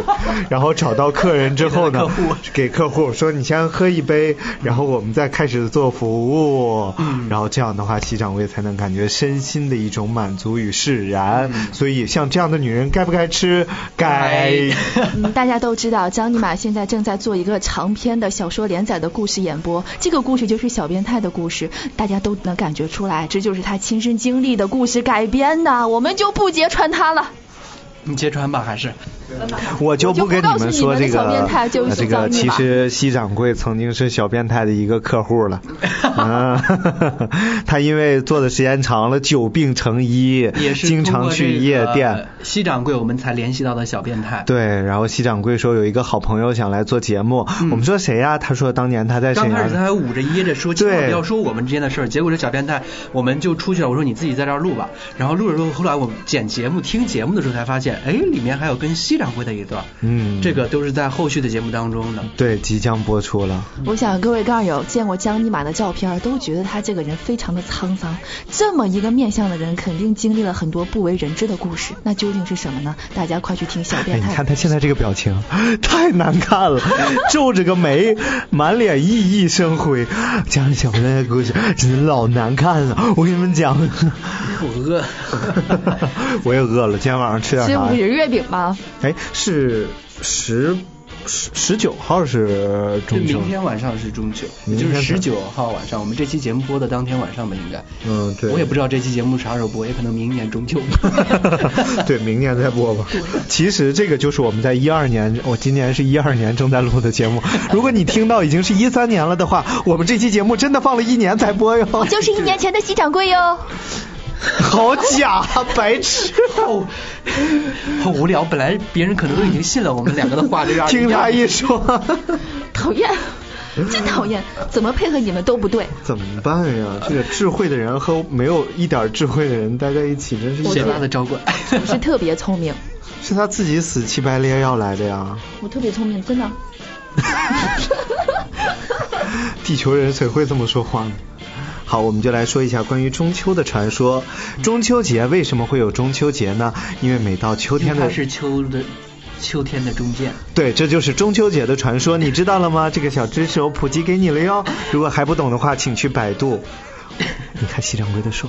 [SPEAKER 2] 然后找到客人之后呢，
[SPEAKER 3] 给他的客户
[SPEAKER 2] 给客户说你先喝一杯，然后我们再开始做服务，
[SPEAKER 3] 嗯
[SPEAKER 2] 然后这样的话，西掌柜才能感觉身心的一种满足与释然。
[SPEAKER 3] 嗯
[SPEAKER 2] 所以像这样的女人该不该吃？该。
[SPEAKER 4] 嗯，大家都知道，张尼玛现在正在做一个长篇的小说连载的故事演播，这个故事就是小变态的故事，大家都能感觉出来，这就是他亲身经历的故事改编的，我们就不揭穿他了。
[SPEAKER 3] 你揭穿吧，还是
[SPEAKER 2] 我就不跟你们说这
[SPEAKER 4] 我就不告诉你们的小
[SPEAKER 2] 个呃
[SPEAKER 4] 变态，就是
[SPEAKER 2] 这
[SPEAKER 4] 张
[SPEAKER 2] 个
[SPEAKER 4] 尼玛
[SPEAKER 2] 其实西掌柜曾经是小变态的一个客户 了，啊，他因为做的时间长了，久病成医
[SPEAKER 3] 也，是
[SPEAKER 2] 经
[SPEAKER 3] 通
[SPEAKER 2] 常
[SPEAKER 3] 过这
[SPEAKER 2] 去
[SPEAKER 3] 个
[SPEAKER 2] 夜店。
[SPEAKER 3] 西掌柜，我们才联系到的小变态。
[SPEAKER 2] 对，然后西掌柜说有一个好朋友想来做节目，我们说谁呀、他说当年他在沈
[SPEAKER 3] 嗯刚开
[SPEAKER 2] 阳
[SPEAKER 3] 始他还捂着掖着说，
[SPEAKER 2] 对
[SPEAKER 3] 千万不要说我们之间的事儿。结果这小变态，我们就出去了。我说你自己在这儿录吧。然后录着录着，后来我剪节目、听节目的时候才发现，哎，里面还有跟西非常会的一段。
[SPEAKER 2] 嗯
[SPEAKER 3] 这个都是在后续的节目当中的。
[SPEAKER 2] 对，即将播出了。
[SPEAKER 4] 我想各位杠友见过江尼玛的照片儿，都觉得他这个人非常的沧桑。这么一个面相的人，肯定经历了很多不为人知的故事。那究竟是什么呢？大家快去听小
[SPEAKER 2] 哎，
[SPEAKER 4] 变
[SPEAKER 2] 你
[SPEAKER 4] 态。
[SPEAKER 2] 看他现在这个表情， 太难看了，皱着个眉，满脸熠熠生辉。加上小那个故事，真的老难看了。我跟你们讲，
[SPEAKER 3] 我饿，
[SPEAKER 2] 我也饿了，今天晚上吃点
[SPEAKER 4] 其实
[SPEAKER 2] 啥
[SPEAKER 4] 不
[SPEAKER 2] 呀？
[SPEAKER 4] 是月饼啊吗？
[SPEAKER 2] 哎，是十十十九号是
[SPEAKER 3] 这
[SPEAKER 2] 中秋
[SPEAKER 3] 明，天晚上是中秋，也
[SPEAKER 2] 明
[SPEAKER 3] 就
[SPEAKER 2] 天
[SPEAKER 3] 是
[SPEAKER 2] 是
[SPEAKER 3] 十九号晚上，我们这期节目播的当天晚上吧，应该。
[SPEAKER 2] 嗯对
[SPEAKER 3] 我也不知道这期节目啥时候播，也可能明年中 秋。
[SPEAKER 2] 对，明年再播吧。其实这个就是我们在一二年，我今年是一二年正在录的节目。如果你听到已经是一三年了的话，我们这期节目真的放了一年才播哟。
[SPEAKER 4] 就是一年前的西掌柜哟。
[SPEAKER 2] 好假，白 痴！
[SPEAKER 3] 好，好无聊。本来别人可能都已经信了我们两个的话，这样
[SPEAKER 2] 听他一说，
[SPEAKER 4] 讨 厌，真讨厌，怎么配合你们都不对。
[SPEAKER 2] 怎么办呀？这个智慧的人和没有一点智慧的人待在一起，真是一
[SPEAKER 3] 谁
[SPEAKER 2] 点
[SPEAKER 3] 拉的招怪？
[SPEAKER 4] 我是特别聪 明，
[SPEAKER 2] 是他自己死乞白咧要来的呀。
[SPEAKER 4] 我特别聪 明，真的。
[SPEAKER 2] 地球人谁会这么说话呢？好，我们就来说一下关于中秋的传说。中秋节为什么会有中秋节呢？因为每到秋天
[SPEAKER 3] 它
[SPEAKER 2] 的
[SPEAKER 3] 是秋的秋天的中间。
[SPEAKER 2] 对，这就是中秋节的传说，你知道了吗？这个小知识我普及给你了哟。如果还不懂的话，请去百 度。你看西掌柜的手，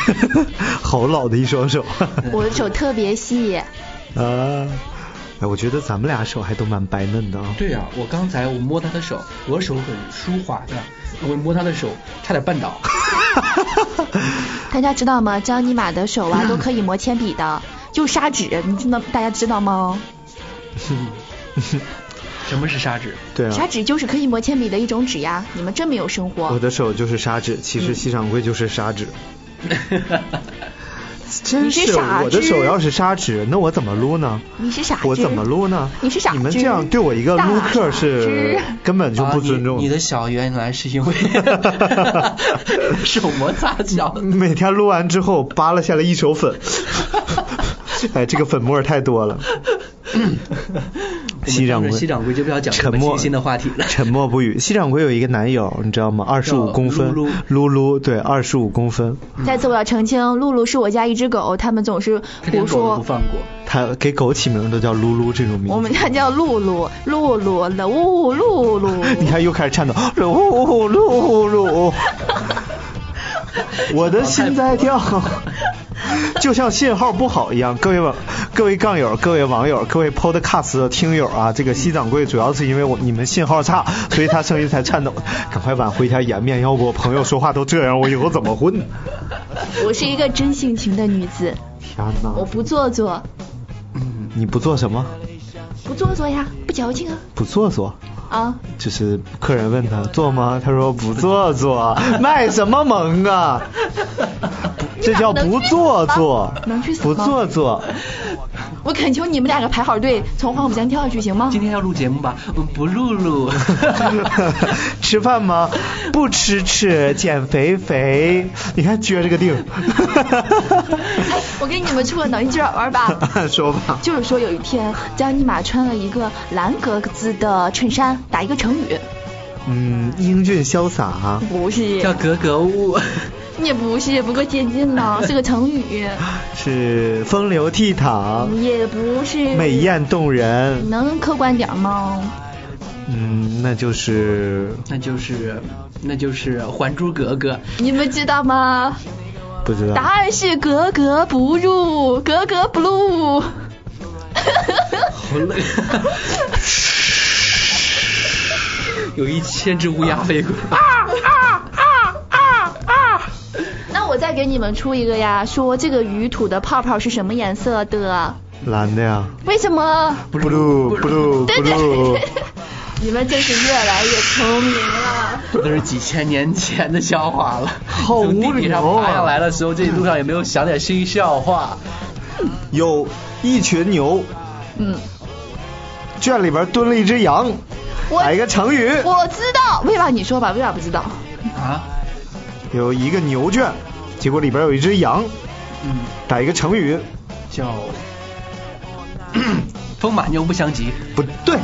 [SPEAKER 2] 好老的一双手
[SPEAKER 4] 我的手特别细，
[SPEAKER 2] 啊！哎，我觉得咱们俩手还都蛮白嫩的啊。
[SPEAKER 3] 对呀、我刚才我摸他的手，我手很舒滑的，我摸他的手差点绊 倒。
[SPEAKER 4] 大家知道吗？张尼玛的 手啊都可以磨铅笔的，就砂纸，你知道大家知道吗？
[SPEAKER 3] 什么是砂 纸？
[SPEAKER 2] 对
[SPEAKER 4] 砂
[SPEAKER 2] 啊，
[SPEAKER 4] 纸就是可以磨铅笔的一种纸呀。你们真没有生
[SPEAKER 2] 我
[SPEAKER 4] 活。
[SPEAKER 2] 的手就是砂纸，其实西掌柜就是砂纸。真
[SPEAKER 4] 嗯你是
[SPEAKER 2] 是，
[SPEAKER 4] 傻
[SPEAKER 2] 我的
[SPEAKER 4] 子
[SPEAKER 2] 手要是砂纸，那我怎么撸呢？
[SPEAKER 4] 你是傻子
[SPEAKER 2] 我怎么撸呢？
[SPEAKER 4] 你是傻子
[SPEAKER 2] 你们这样对我一个
[SPEAKER 4] 大
[SPEAKER 2] 撸客
[SPEAKER 4] 傻
[SPEAKER 2] 是
[SPEAKER 4] 子
[SPEAKER 2] 根 本就
[SPEAKER 3] 啊
[SPEAKER 2] 不尊重
[SPEAKER 3] 你。你的小原来是 因为手摩擦 脚。
[SPEAKER 2] 每天撸完之后扒拉下来一手 粉，哎，这个粉末太多了。西掌
[SPEAKER 3] 我们
[SPEAKER 2] 柜，
[SPEAKER 3] 听着西掌柜就不要讲什么
[SPEAKER 2] 沉默
[SPEAKER 3] 清新的话题了
[SPEAKER 2] 沉 默不语。西掌柜有一个男友，你知道吗？二十五
[SPEAKER 3] 叫
[SPEAKER 2] 公分，
[SPEAKER 3] 噜
[SPEAKER 2] 噜噜，对，二十五公分。
[SPEAKER 3] 嗯
[SPEAKER 4] 再次我要澄清，露露是我家一只狗，他们总是
[SPEAKER 3] 他连
[SPEAKER 4] 胡
[SPEAKER 3] 狗都
[SPEAKER 4] 说
[SPEAKER 3] 不。放过。
[SPEAKER 2] 他给狗起名都叫噜噜这种名字。
[SPEAKER 4] 我们家叫露露，露露，露露露。
[SPEAKER 2] 你看又开始颤抖，噜噜噜，我的心在跳，就像信号不好一样。各位网、各位杠友、各位网友、各位 Podcast 的听友啊，这个西掌柜主要是因为我你们信号差，所以他声音才颤抖。赶快挽回一下颜面，要不我朋友说话都这样，我以后怎么混？
[SPEAKER 4] 我是一个真性情的女子，
[SPEAKER 2] 天哪！
[SPEAKER 4] 我不做作，
[SPEAKER 3] 嗯，
[SPEAKER 2] 你不做什么？
[SPEAKER 4] 不做作呀，不矫情啊
[SPEAKER 2] 不做作。
[SPEAKER 4] 啊！
[SPEAKER 2] 就是客人问他做吗？他说不做 做，卖什么萌啊？不这叫不做作
[SPEAKER 4] 能去，死
[SPEAKER 2] 不
[SPEAKER 4] 吗
[SPEAKER 2] 做 作。
[SPEAKER 4] 我恳求你们两个排好队，从黄浦江跳下去行吗
[SPEAKER 3] 今？天要录节目吧？嗯，不录录。
[SPEAKER 2] 吃饭吗？不吃吃，减肥肥。你看撅着个腚。
[SPEAKER 4] 哎， 我给你们出个脑筋急转弯 吧。
[SPEAKER 2] 说吧，
[SPEAKER 4] 就是说有一天，江尼玛穿了一个蓝格子的衬衫，打一个成语，
[SPEAKER 2] 嗯，英俊潇洒。
[SPEAKER 4] 不
[SPEAKER 3] 叫
[SPEAKER 4] 是，
[SPEAKER 3] 格格巫。
[SPEAKER 4] 也不是，不够接近呢，是个成语，
[SPEAKER 2] 是风流倜傥，
[SPEAKER 4] 也不是。
[SPEAKER 2] 美。艳动
[SPEAKER 4] 你
[SPEAKER 2] 人。
[SPEAKER 4] 能客观点吗？
[SPEAKER 2] 嗯，那就是
[SPEAKER 3] 那就是那就是《还珠格格》。
[SPEAKER 4] 你们知道吗？
[SPEAKER 2] 不知道。
[SPEAKER 4] 答案是格格不入，格格不入。
[SPEAKER 3] 好冷。有一千只乌鸦飞过。啊啊啊啊啊！
[SPEAKER 4] 那我再给你们出一个呀，说这个鱼吐的泡泡是什么颜色的？
[SPEAKER 2] 蓝的呀。
[SPEAKER 4] 为什么？
[SPEAKER 2] blue blue
[SPEAKER 4] 对对
[SPEAKER 2] blue，
[SPEAKER 4] 你们真是越来越聪明了。
[SPEAKER 3] 那是几千年前的笑话了。
[SPEAKER 2] 好无聊啊
[SPEAKER 3] 从地底上爬下来的时候，这一路上也没有想点新笑话。
[SPEAKER 2] 有一群牛，
[SPEAKER 4] 嗯，
[SPEAKER 2] 圈里边蹲了一只羊，
[SPEAKER 4] 我
[SPEAKER 2] 来一个成语，
[SPEAKER 4] 我知道，魏爸你说吧，魏爸不知道。
[SPEAKER 2] 嗯
[SPEAKER 3] 啊？
[SPEAKER 2] 有一个牛圈，结果里边有一只羊，
[SPEAKER 3] 嗯，
[SPEAKER 2] 打一个成语，
[SPEAKER 3] 叫 风马牛不相及，
[SPEAKER 2] 不对，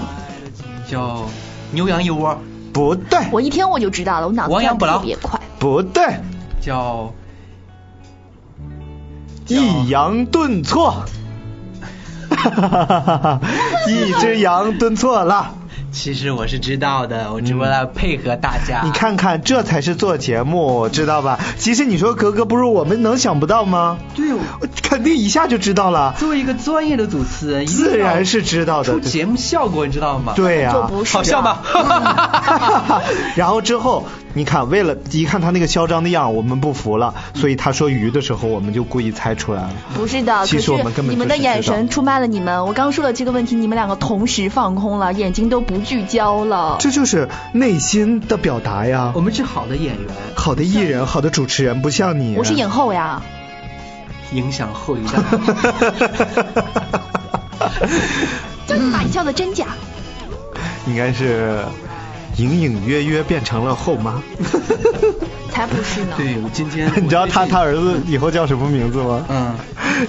[SPEAKER 3] 叫牛羊一窝，
[SPEAKER 2] 不对，
[SPEAKER 4] 我一听我就知道了，我脑子
[SPEAKER 3] 亡羊
[SPEAKER 4] 转
[SPEAKER 3] 补
[SPEAKER 4] 得特
[SPEAKER 3] 牢
[SPEAKER 4] 别快。
[SPEAKER 2] 不对，
[SPEAKER 3] 叫
[SPEAKER 2] 抑扬顿 挫，哈哈哈哈哈！一只羊蹲错了。
[SPEAKER 3] 其实我是知道的，我只为了配合大家。
[SPEAKER 2] 嗯你，看看，这才是做节目，知道吧？其实你说格格不入，我们能想不到吗？
[SPEAKER 3] 对，我
[SPEAKER 2] 我肯定一下就知道了，
[SPEAKER 3] 作为一个专业的主持人，一定要
[SPEAKER 2] 自然是知道的
[SPEAKER 3] 出。节目效果，你知道吗？，
[SPEAKER 2] 对呀、
[SPEAKER 4] 就不是
[SPEAKER 3] 好笑 吗？
[SPEAKER 2] 然后之后，你看，为了一看他那个嚣张的样儿，我们不服了，所以他说鱼的时候，我们就故意猜出来了。
[SPEAKER 4] 不是的，
[SPEAKER 2] 其
[SPEAKER 4] 可
[SPEAKER 2] 实
[SPEAKER 4] 是
[SPEAKER 2] 我们根本
[SPEAKER 4] 你们
[SPEAKER 2] 就
[SPEAKER 4] 的
[SPEAKER 2] 是
[SPEAKER 4] 眼
[SPEAKER 2] 知道
[SPEAKER 4] 神出卖了你们。我刚说了这个问题，你们两个同时放空了，眼睛都不聚焦了。
[SPEAKER 2] 这就是内心的表达呀
[SPEAKER 3] 我。们是好的演员，
[SPEAKER 2] 好的艺人，好的主持人，不像你。
[SPEAKER 4] 我是影后呀，
[SPEAKER 2] 嗯
[SPEAKER 3] 影响后一代。
[SPEAKER 4] 这把你笑的真假？
[SPEAKER 2] 应该是隐隐约约变成了后妈。
[SPEAKER 4] 才不是呢。
[SPEAKER 3] 对，我今天
[SPEAKER 2] 你知道他他儿子以后叫什么名字吗？
[SPEAKER 3] 嗯，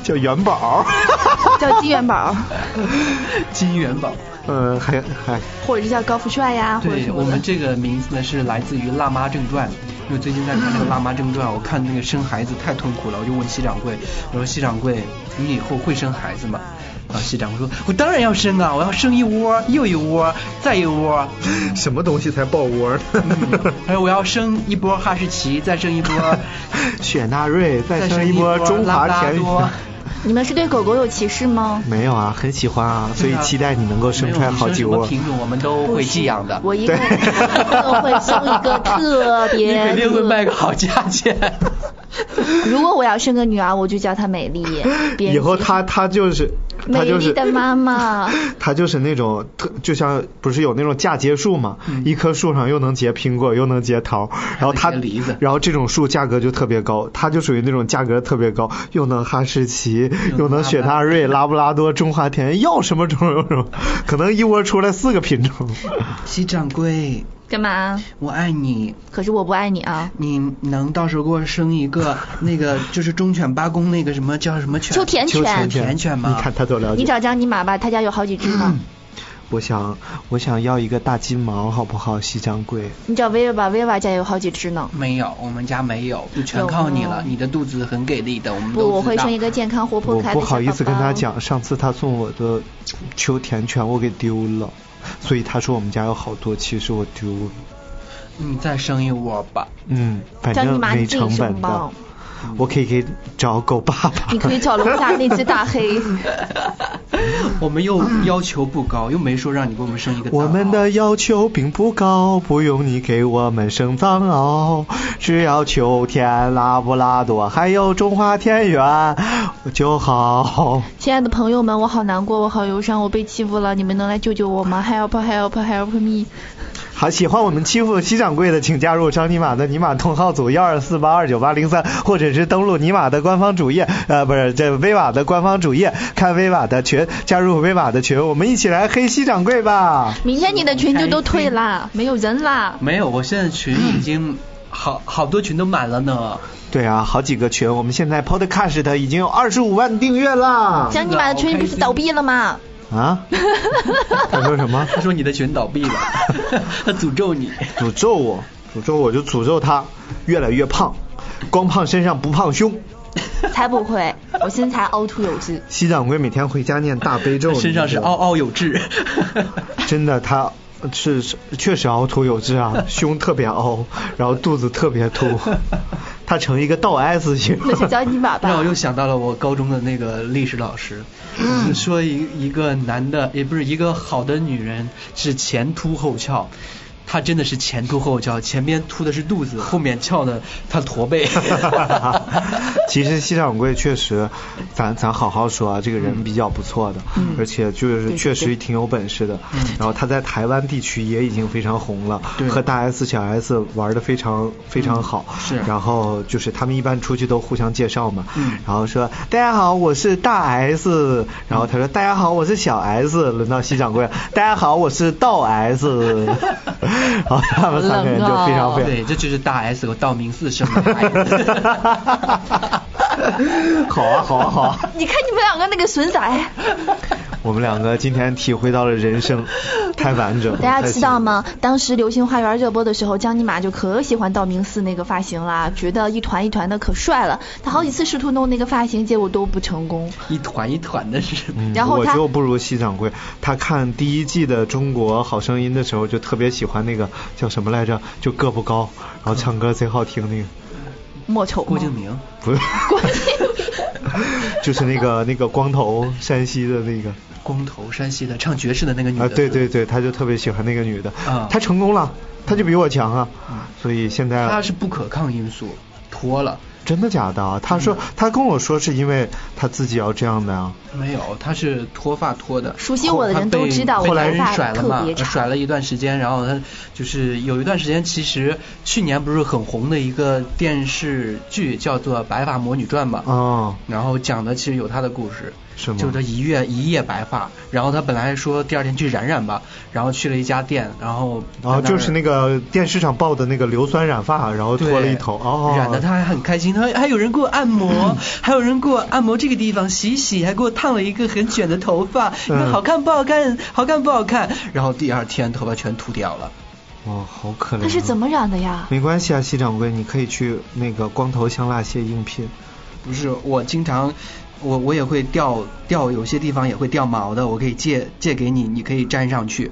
[SPEAKER 2] 叫元宝。
[SPEAKER 4] 叫金元宝，
[SPEAKER 3] 金元宝。
[SPEAKER 2] 嗯，还还
[SPEAKER 4] 或者是叫高富帅呀，或者
[SPEAKER 3] 对
[SPEAKER 4] 什
[SPEAKER 3] 我
[SPEAKER 4] 么的
[SPEAKER 3] 们。这个名字呢是来自于《辣妈正传》，因为最近在看那个《辣妈正传》，我看那个生孩子太痛苦了，我就问西掌柜，我说西掌柜，你以后会生孩子吗？啊，西掌柜说，我当然要生啊，我要生一窝，又一窝，再一窝。
[SPEAKER 2] 什么东西才爆窝呢？
[SPEAKER 3] 他说我要生一波哈士奇，再生一波，
[SPEAKER 2] 雪纳瑞，再生一波
[SPEAKER 3] 波
[SPEAKER 2] 中华
[SPEAKER 3] 拉布拉
[SPEAKER 2] 田园。
[SPEAKER 3] 多。
[SPEAKER 4] 你们是对狗狗有歧视吗？
[SPEAKER 2] 没有啊，很喜欢啊，所以期待你能够生出来好几
[SPEAKER 3] 没有
[SPEAKER 2] 窝
[SPEAKER 3] 你生什么。品种我们都会寄养的。
[SPEAKER 4] 我一个
[SPEAKER 2] 对
[SPEAKER 4] 我会生一个特
[SPEAKER 3] 你
[SPEAKER 4] 别。
[SPEAKER 3] 肯定会卖个好价钱。
[SPEAKER 4] 如果我要生个女儿，我就叫她美 丽。别
[SPEAKER 2] 以后他他就是他
[SPEAKER 4] 美
[SPEAKER 2] 就
[SPEAKER 4] 丽
[SPEAKER 2] 是
[SPEAKER 4] 的妈妈。
[SPEAKER 2] 他就是那种特，就像不是有那种嫁接树嘛，一棵树上又能结苹果，又能结桃，然后他
[SPEAKER 3] 嗯还能结梨子
[SPEAKER 2] 然后这种树价格就特别高，它就属于那种价格特别高，又能哈士奇，又能雪纳 瑞、拉布拉多、中华田园，要什么种有什么，可能一窝出来四个 品种。
[SPEAKER 3] 西掌柜，
[SPEAKER 2] 嗯
[SPEAKER 4] 干嘛？
[SPEAKER 3] 我爱你。
[SPEAKER 4] 可是我不爱你啊！
[SPEAKER 3] 你能到时候给我生一个那个就是忠犬八公那个什么叫什么犬？
[SPEAKER 4] 秋田
[SPEAKER 2] 秋犬
[SPEAKER 4] 犬。
[SPEAKER 3] 田犬吗
[SPEAKER 2] 你看他多了
[SPEAKER 4] 你
[SPEAKER 2] 解。
[SPEAKER 4] 找张尼玛吧，他家有好几只 呢。
[SPEAKER 2] 我想我想要一个大金毛，好不好，西掌柜？
[SPEAKER 4] 你找薇薇吧，薇薇家有好几只呢。
[SPEAKER 3] 没有，我们家没有，就全靠你了。
[SPEAKER 4] 有
[SPEAKER 3] 你的肚子很给力的，我
[SPEAKER 2] 嗯
[SPEAKER 3] 们都
[SPEAKER 4] 不，我
[SPEAKER 3] 知
[SPEAKER 4] 会
[SPEAKER 3] 道嗯
[SPEAKER 4] 生一个健康活泼
[SPEAKER 2] 我
[SPEAKER 4] 可爱的
[SPEAKER 2] 不好意思跟他
[SPEAKER 4] 小宝
[SPEAKER 2] 讲，上次他送我的秋田犬我给丢了，所以他说我们家有好多，其实我丢了。
[SPEAKER 3] 你再生一窝吧。
[SPEAKER 2] 嗯，反
[SPEAKER 4] 张尼
[SPEAKER 2] 正
[SPEAKER 4] 玛
[SPEAKER 2] 没
[SPEAKER 4] 你自己
[SPEAKER 2] 成
[SPEAKER 4] 生
[SPEAKER 2] 本
[SPEAKER 4] 吧
[SPEAKER 2] 的。。我可以给找狗爸爸。
[SPEAKER 4] 你可以找楼下那只大黑。
[SPEAKER 3] 我们又要求不高，又没说让你给我们生一个。
[SPEAKER 2] 我们的。要求并不高，不用你给我们生藏獒，只要秋天、拉布拉多还有中华田园就好。
[SPEAKER 4] 亲爱的朋友们，我好难过，我好忧伤，我被欺负了，你们能来救救我吗？Help help help me！
[SPEAKER 2] 好，喜欢我们欺负西掌柜的，请加入张尼玛的尼玛同号组幺二四八二九八零三，或者是登录尼玛的官方主页，呃，不是这威瓦的官方主页，看威瓦的群，加入威瓦的群，我们一起来黑西掌柜吧。
[SPEAKER 4] 明天你的群就都退啦，没有人啦。
[SPEAKER 2] 嗯
[SPEAKER 3] 没有，我现在群已经好好多群都满了呢。
[SPEAKER 2] 对啊，好几个群，我们现在 Podcast 已经有二十五万订阅啦。
[SPEAKER 4] 张尼玛的群不是倒闭了吗？
[SPEAKER 2] 啊？他说什么？
[SPEAKER 3] 他说你的群倒闭了，他诅咒你。
[SPEAKER 2] 诅咒我，诅咒我就诅咒他越来越胖，光胖身上不胖胸。
[SPEAKER 4] 才不会，我身材凹凸有致。
[SPEAKER 2] 西掌柜每天回家念大悲咒，
[SPEAKER 3] 身上是
[SPEAKER 2] 你知道
[SPEAKER 3] 嗷
[SPEAKER 2] 吗
[SPEAKER 3] 嗷有致。
[SPEAKER 2] 真的，他是是确实凹凸有致啊，胸特别凹，然后肚子特别凸，他成一个倒 S 型。
[SPEAKER 4] 那就叫尼玛吧
[SPEAKER 3] 让。我又想到了我高中的那个历史老师，嗯、说一一个男的，也不是一个好的女人是前凸后翘，她真的是前凸后翘，前边凸的是肚子，后面翘的她驼背。
[SPEAKER 2] 其实西掌柜确实，咱咱好好说啊，这个人比较不错的，而且就是确实挺有本事的。然后他在台湾地区也已经非常红了，
[SPEAKER 3] 对
[SPEAKER 2] 和大 S 小 S 玩的非常非常好。
[SPEAKER 3] 是
[SPEAKER 2] 然后就是他们一般出去都互相介绍嘛，
[SPEAKER 3] 嗯
[SPEAKER 2] 然后说大家好，我是大 S，然后他说大家好，我是小 S，轮到西掌柜了，大家好，我是道 S，然 后他们三个人就非常非常。
[SPEAKER 3] 对，这就是大 S 和道明寺生的 孩子。
[SPEAKER 2] 好啊，好啊，好啊！
[SPEAKER 4] 哎你看你们两个那个损仔，
[SPEAKER 2] 我们两个今天体会到了人 生，太完整了。
[SPEAKER 4] 大
[SPEAKER 2] 太
[SPEAKER 4] 家知
[SPEAKER 2] 幸
[SPEAKER 4] 道
[SPEAKER 2] 福了？
[SPEAKER 4] 吗？当时《流星花园》热播的时候，江尼玛就可喜欢道明寺那个发型啦，觉得一团一团的可帅了。他好几次试图弄那个发型，结果都不成功。
[SPEAKER 3] 一团一团的是。
[SPEAKER 2] 嗯
[SPEAKER 4] 然后
[SPEAKER 2] 我
[SPEAKER 4] 他
[SPEAKER 2] 就不如西掌柜，他看第一季的《中国好声音》的时候，就特别喜欢那个叫什么来着，就个不高，然后唱歌贼好听那个，
[SPEAKER 4] 莫愁吗
[SPEAKER 3] 郭敬明，
[SPEAKER 2] 不是， 就是那个那个光头山西的那个。
[SPEAKER 3] 光头山西的唱爵士的那个女的。
[SPEAKER 2] 啊，对对。对，他就特别喜欢那个女的，
[SPEAKER 3] 啊嗯
[SPEAKER 2] 他成功了，他就比我强啊，所以现在
[SPEAKER 3] 她是不可抗因素，脱了。
[SPEAKER 2] 真的假的啊？他
[SPEAKER 3] 嗯
[SPEAKER 2] 说他跟我说是因为他自己要这样的啊，
[SPEAKER 3] 没有，她是脱发脱的。
[SPEAKER 4] 熟悉我的人都知道我
[SPEAKER 3] 后来
[SPEAKER 4] 头
[SPEAKER 3] 人
[SPEAKER 4] 发
[SPEAKER 3] 甩了
[SPEAKER 4] 特
[SPEAKER 3] 嘛
[SPEAKER 4] 别，长
[SPEAKER 3] 甩了一段时间，然后她就是有一段时间，其实去年不是很红的一个电视剧叫做《白发魔女传》嘛。
[SPEAKER 2] 哦，
[SPEAKER 3] 然后讲的其实有她的故事，
[SPEAKER 2] 是吗
[SPEAKER 3] 就是她一月一夜白发，然后她本来说第二天去染染吧，然后去了一家店，然后
[SPEAKER 2] 然后哦啊就是那
[SPEAKER 3] 个
[SPEAKER 2] 个电视上报的那个硫酸染发，然后脱了一头，哦，嗯
[SPEAKER 3] 染的她还很开心，她还有人给我按摩，还有人给我按摩这个地方洗洗，还给我烫了一个很卷的头发，你看
[SPEAKER 2] 嗯
[SPEAKER 3] 好看不好看，好看不好看，然后第二天头发全秃掉了，
[SPEAKER 2] 哦，好可怜、
[SPEAKER 4] 他是怎？么染的呀？
[SPEAKER 2] 没关系啊，西掌柜，你可以去那个光头香辣蟹应聘。
[SPEAKER 3] 不是我经常。我我也会掉掉，有些地方也会掉毛的，我可以借借给你，你可以粘上 去，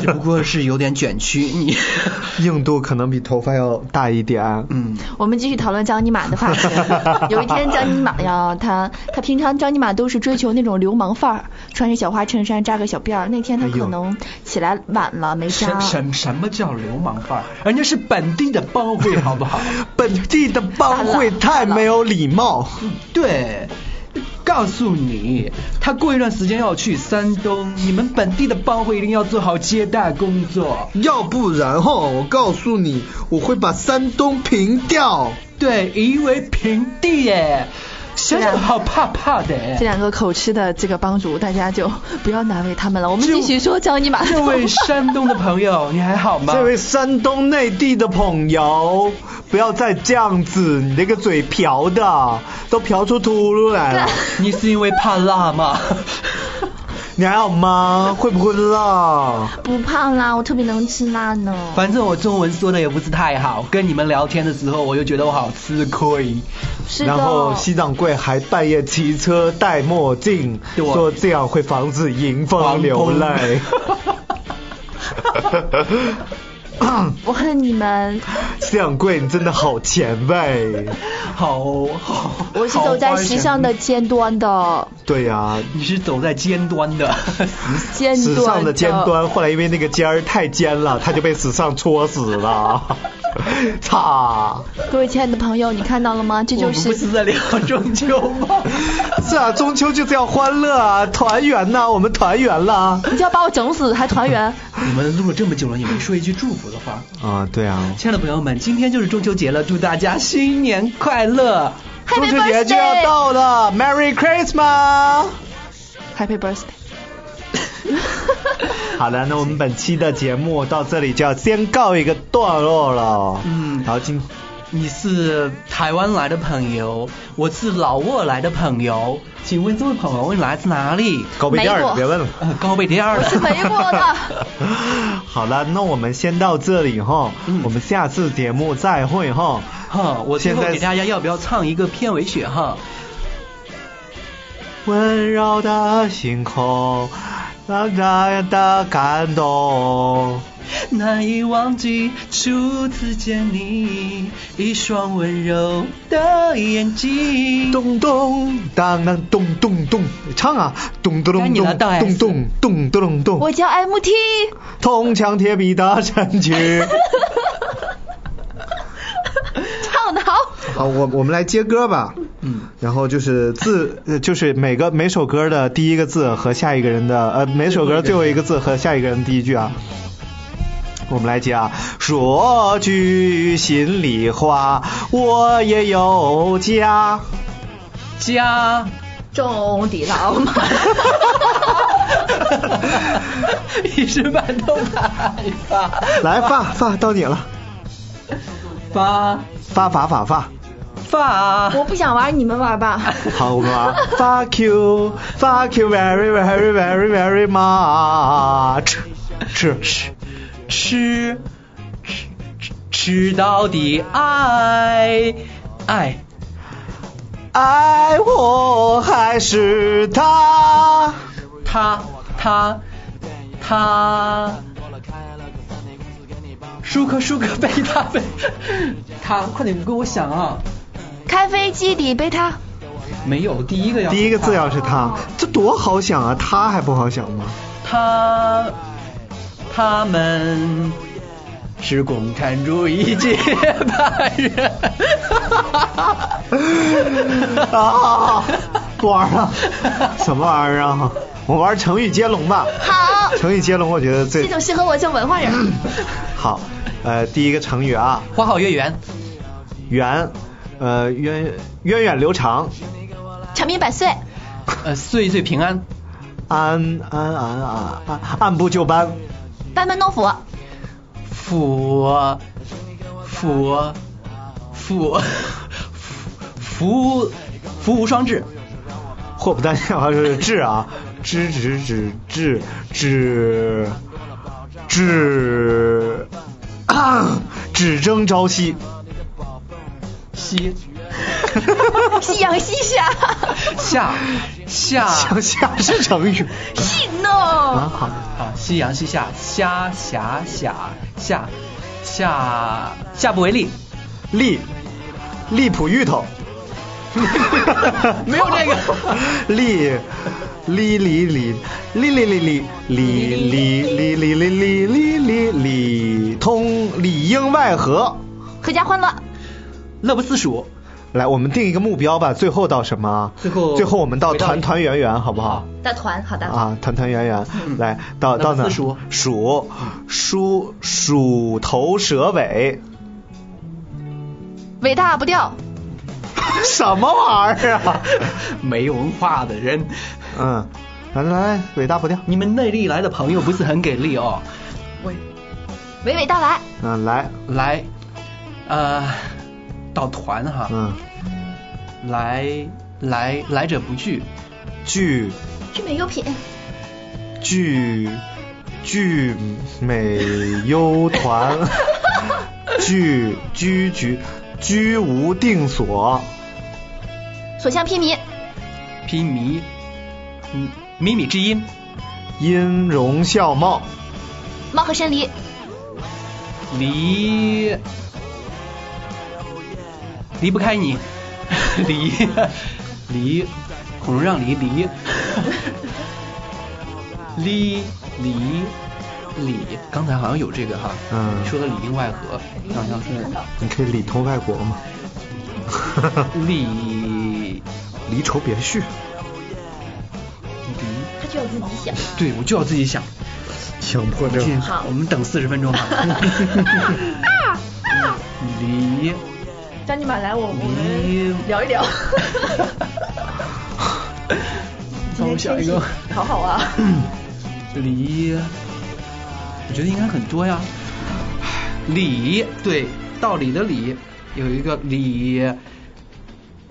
[SPEAKER 3] 只不过是有点卷曲。你
[SPEAKER 2] 硬度可能比头发要大一点，啊
[SPEAKER 3] 嗯，
[SPEAKER 4] 我们继续讨论张尼玛的发型。有一天，张尼玛呀，他他平常张尼玛都是追求那种流氓范儿，穿着小花衬衫，扎个小辫儿。那天他
[SPEAKER 2] 哎呦
[SPEAKER 4] 可能起来晚了，没扎
[SPEAKER 3] 什。 什什么叫流氓范儿？人家是本地的帮会，好不好？
[SPEAKER 2] 本地的帮会太没有礼貌。
[SPEAKER 3] 对，告诉你，他过一段时间要去山东，你们本地的帮会一定要做好接待工作。
[SPEAKER 2] 要不然吼，我告诉你，我会把山东平掉。
[SPEAKER 3] 对，夷为平地耶，想想好怕怕的耶。
[SPEAKER 4] 这两个口吃的这个帮主，大家就不要难为他们了。我们继续说张尼玛的
[SPEAKER 3] 这
[SPEAKER 4] 头
[SPEAKER 3] 位
[SPEAKER 4] 发
[SPEAKER 3] 山东的朋友，你还好吗？
[SPEAKER 2] 这位山东内地的朋友，不要再这样子，你那个嘴瓢的都瓢出秃噜来 了。
[SPEAKER 3] 你是因为怕辣 吗？
[SPEAKER 2] 你还好吗？会不会辣？
[SPEAKER 4] 不胖啦，我特别能吃辣呢。
[SPEAKER 3] 反正我中文说的也不是太好，跟你们聊天的时候，我又觉得我好吃亏。
[SPEAKER 4] 是的
[SPEAKER 2] 然后西掌柜还半夜骑车戴墨镜，
[SPEAKER 3] 对我
[SPEAKER 2] 说这样会防止迎风哦流泪。
[SPEAKER 4] 嗯我恨你们！
[SPEAKER 2] 西掌柜，你真的好前卫。
[SPEAKER 3] 好好，
[SPEAKER 4] 我是走在时尚的尖端的，
[SPEAKER 2] 对呀、
[SPEAKER 3] 你是走在尖端 的，
[SPEAKER 4] 尖端
[SPEAKER 2] 时尚的尖端，后来因为那个尖儿太尖了，他就被时尚戳死 了。擦，
[SPEAKER 4] 各位亲爱的朋友，你看到了吗？这
[SPEAKER 3] 我
[SPEAKER 4] 就
[SPEAKER 3] 们不是在聊中秋吗？
[SPEAKER 2] 是啊，中秋就是要欢乐啊，团圆呐、我们团圆 啦。
[SPEAKER 4] 你就要把我整死还 团圆？
[SPEAKER 3] 你们录了这么久了，也没说一句祝福的话。
[SPEAKER 2] 啊，对啊，
[SPEAKER 3] 亲爱的朋友们，今天就是中秋节了，祝大家新年快乐！
[SPEAKER 2] 中
[SPEAKER 4] Happy
[SPEAKER 2] 秋节就要
[SPEAKER 4] birthday
[SPEAKER 2] 到了，Merry Christmas。
[SPEAKER 4] Happy birthday！
[SPEAKER 2] 好了，那我们本期的节目到这里就要先告一个段落了。
[SPEAKER 3] 嗯
[SPEAKER 2] 然后今
[SPEAKER 3] 你是台湾来的朋友，我是老挝来的朋友，请问这位朋友你来自哪里？
[SPEAKER 2] 高碑店儿
[SPEAKER 4] 没过
[SPEAKER 2] 别问了。
[SPEAKER 3] 呃，高北第二
[SPEAKER 4] 我是
[SPEAKER 3] 的。
[SPEAKER 4] 没过的。
[SPEAKER 2] 好了，那我们先到这里哈，
[SPEAKER 3] 嗯
[SPEAKER 2] 我们下次节目再会哈。
[SPEAKER 3] 哈，我最后
[SPEAKER 2] 现在
[SPEAKER 3] 给大家要不要唱一个片尾曲哈？
[SPEAKER 2] 温柔的星空，让人的感动。
[SPEAKER 3] 难以忘记初次见你，一双温柔的眼睛。
[SPEAKER 2] 咚咚当当咚咚咚，唱啊！咚咚
[SPEAKER 3] 该
[SPEAKER 2] 咚
[SPEAKER 3] 你了
[SPEAKER 2] 咚
[SPEAKER 3] 大 S
[SPEAKER 2] 咚咚咚咚咚
[SPEAKER 4] 我
[SPEAKER 2] 咚，
[SPEAKER 4] 叫 MT，
[SPEAKER 2] 铜墙铁壁的身躯。
[SPEAKER 4] 唱的好。
[SPEAKER 2] 好，我我们来接歌吧。
[SPEAKER 3] 嗯，
[SPEAKER 2] 然后就是字，呃就是每个每首歌的第一个字和下一个人的，呃，每首歌最后一个字和下一个人的第一句啊。我们来接啊，说句心里话，我也有家。
[SPEAKER 3] 家。
[SPEAKER 4] 种地老马，
[SPEAKER 3] 一时半都来吧。
[SPEAKER 2] 来发发到你了，
[SPEAKER 3] 发
[SPEAKER 2] 发发发发
[SPEAKER 3] 发。
[SPEAKER 4] 我不想玩，你们玩吧。
[SPEAKER 2] 好，我们啊玩 Fuck you, Fuck you very very very very much，是是
[SPEAKER 3] 吃吃吃吃到底爱爱
[SPEAKER 2] 爱我还是他？
[SPEAKER 3] 他他他，舒克舒克贝塔贝，他快点给我想啊！
[SPEAKER 4] 开飞机里贝塔，
[SPEAKER 3] 没有第一个要
[SPEAKER 2] 第一个字要
[SPEAKER 3] 要
[SPEAKER 2] 是他，这多好想啊！他还不好想吗？
[SPEAKER 3] 他他们是共产主义接班人。
[SPEAKER 2] 啊，不玩了，什么玩意儿啊？我玩成语接龙吧。
[SPEAKER 4] 好
[SPEAKER 2] 成语接龙我觉得
[SPEAKER 4] 这
[SPEAKER 2] 最
[SPEAKER 4] 种适合我这种文化人。
[SPEAKER 2] 好。呃，第一个成语啊，
[SPEAKER 3] 花好月圆，
[SPEAKER 2] 源，呃，源源远流长，
[SPEAKER 4] 长命百岁，
[SPEAKER 3] 呃，岁岁平安，
[SPEAKER 2] 按按按按按按部就班，
[SPEAKER 4] 班门弄 斧，
[SPEAKER 3] 福福福福福无双至，
[SPEAKER 2] 祸不单行，好像是智啊，知止止智智智，只争朝夕，
[SPEAKER 3] 西
[SPEAKER 4] 夕阳西下。
[SPEAKER 3] 夏夏
[SPEAKER 2] 向下是成语
[SPEAKER 4] 信
[SPEAKER 2] 啊，
[SPEAKER 4] no，
[SPEAKER 2] 好，
[SPEAKER 3] 啊，夕阳西下，虾霞霞下下下不为例，
[SPEAKER 2] 荔荔浦芋头，
[SPEAKER 3] 没有这个
[SPEAKER 2] 荔荔荔荔荔荔荔荔荔荔荔荔荔荔荔里通里应外合。
[SPEAKER 4] 阖家欢乐，
[SPEAKER 3] 乐不思蜀。
[SPEAKER 2] 来，我们定一个目标吧，最后到什么？
[SPEAKER 3] 最后
[SPEAKER 2] 最后我们到
[SPEAKER 3] 回到
[SPEAKER 2] 团
[SPEAKER 3] 一
[SPEAKER 2] 团圆圆，好不好？
[SPEAKER 4] 大团好的。
[SPEAKER 2] 啊，团团圆圆，
[SPEAKER 3] 嗯
[SPEAKER 2] 来到到哪？
[SPEAKER 3] 那么四鼠
[SPEAKER 2] 鼠鼠鼠头蛇尾，
[SPEAKER 4] 伟大不掉，
[SPEAKER 2] 什么玩意儿啊？
[SPEAKER 3] 没文化的人，
[SPEAKER 2] 嗯，来来来，伟大不掉，
[SPEAKER 3] 你们内地来的朋友不是很给力哦。
[SPEAKER 4] 娓娓道来，
[SPEAKER 2] 嗯，来，
[SPEAKER 3] 来，呃，到团哈，
[SPEAKER 2] 嗯，
[SPEAKER 3] 来来来者不拒，
[SPEAKER 2] 聚
[SPEAKER 4] 聚美优品，
[SPEAKER 2] 聚聚美优团， 聚居居居无定所，
[SPEAKER 4] 所向披靡，
[SPEAKER 3] 披靡，嗯，靡靡之音，
[SPEAKER 2] 音容笑貌。
[SPEAKER 4] 貌合神离，
[SPEAKER 3] 离离不开你，离离孔融让梨离，离离李，刚才好像有这个哈，
[SPEAKER 2] 嗯
[SPEAKER 3] 你说的里应外合，好像是
[SPEAKER 2] 你可以里通外国吗？
[SPEAKER 3] 里
[SPEAKER 2] 离愁别绪，
[SPEAKER 3] 离，
[SPEAKER 4] 他就要自己 想。
[SPEAKER 3] 对我就要自己想，
[SPEAKER 2] 强迫
[SPEAKER 3] 这
[SPEAKER 2] 症。
[SPEAKER 4] 好
[SPEAKER 3] 我们等四十分钟哈，离
[SPEAKER 4] 啊张金马来，我我
[SPEAKER 3] 离
[SPEAKER 4] 们聊一 聊。
[SPEAKER 3] 帮我想一个，
[SPEAKER 4] 好好啊。
[SPEAKER 3] 梨，我觉得应该很多呀。理，对，道理的理，有一个理
[SPEAKER 4] 维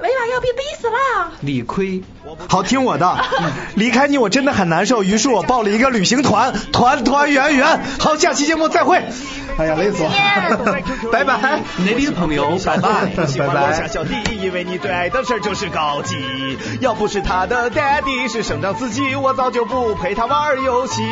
[SPEAKER 4] 马哎要被逼死啦！
[SPEAKER 3] 理亏，
[SPEAKER 2] 好，听我的， 离开你我真的很难受，于是我报了一个旅行团，团团圆圆。好，下期节目再会。哎呀，累死我了， 拜拜。
[SPEAKER 3] 内地的朋友，拜 拜。
[SPEAKER 2] 拜拜
[SPEAKER 5] 小弟，因为你对爱的事儿就是高级。要不是他的 daddy 是省长司机，我早就不陪他玩儿游戏。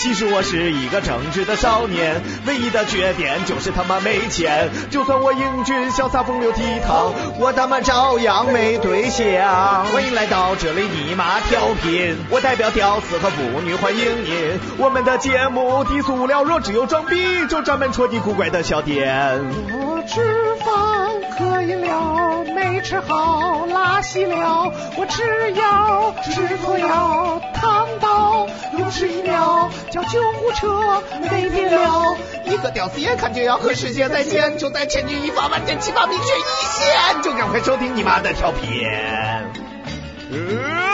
[SPEAKER 5] 其实我是一个正直的少年，唯一的缺点就是他妈没钱。就算我英俊潇洒风流倜傥，我他妈照样没对象。欢迎来到这里，你妈调频，我代表屌丝和腐女欢迎您。我们的节目低俗无聊，若只有装逼，就专门戳你古怪的笑点。
[SPEAKER 6] 我吃饭可以了，没吃好拉稀了。我吃药吃错药，烫到如是一秒，叫救护车没病了。
[SPEAKER 5] 一个屌丝也感觉要和世界再见，就在千钧一发、万箭齐发、明确一线，就赶快收听你妈的调频。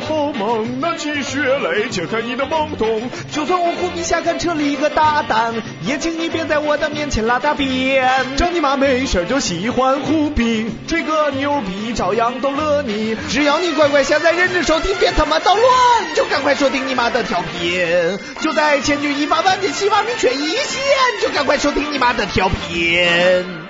[SPEAKER 7] 好梦，拿起血泪，解开你的懵懂。
[SPEAKER 2] 就算我呼你下看车里一个大胆，也请你别在我的面前拉大便。张你妈没事就喜欢胡逼，吹个牛逼照样逗乐你。只要你乖乖下载、认真收听，别他妈捣乱，就赶快收听你妈的调频。就在千钧一发万斤，希望你却一线，就赶快收听你妈的调频。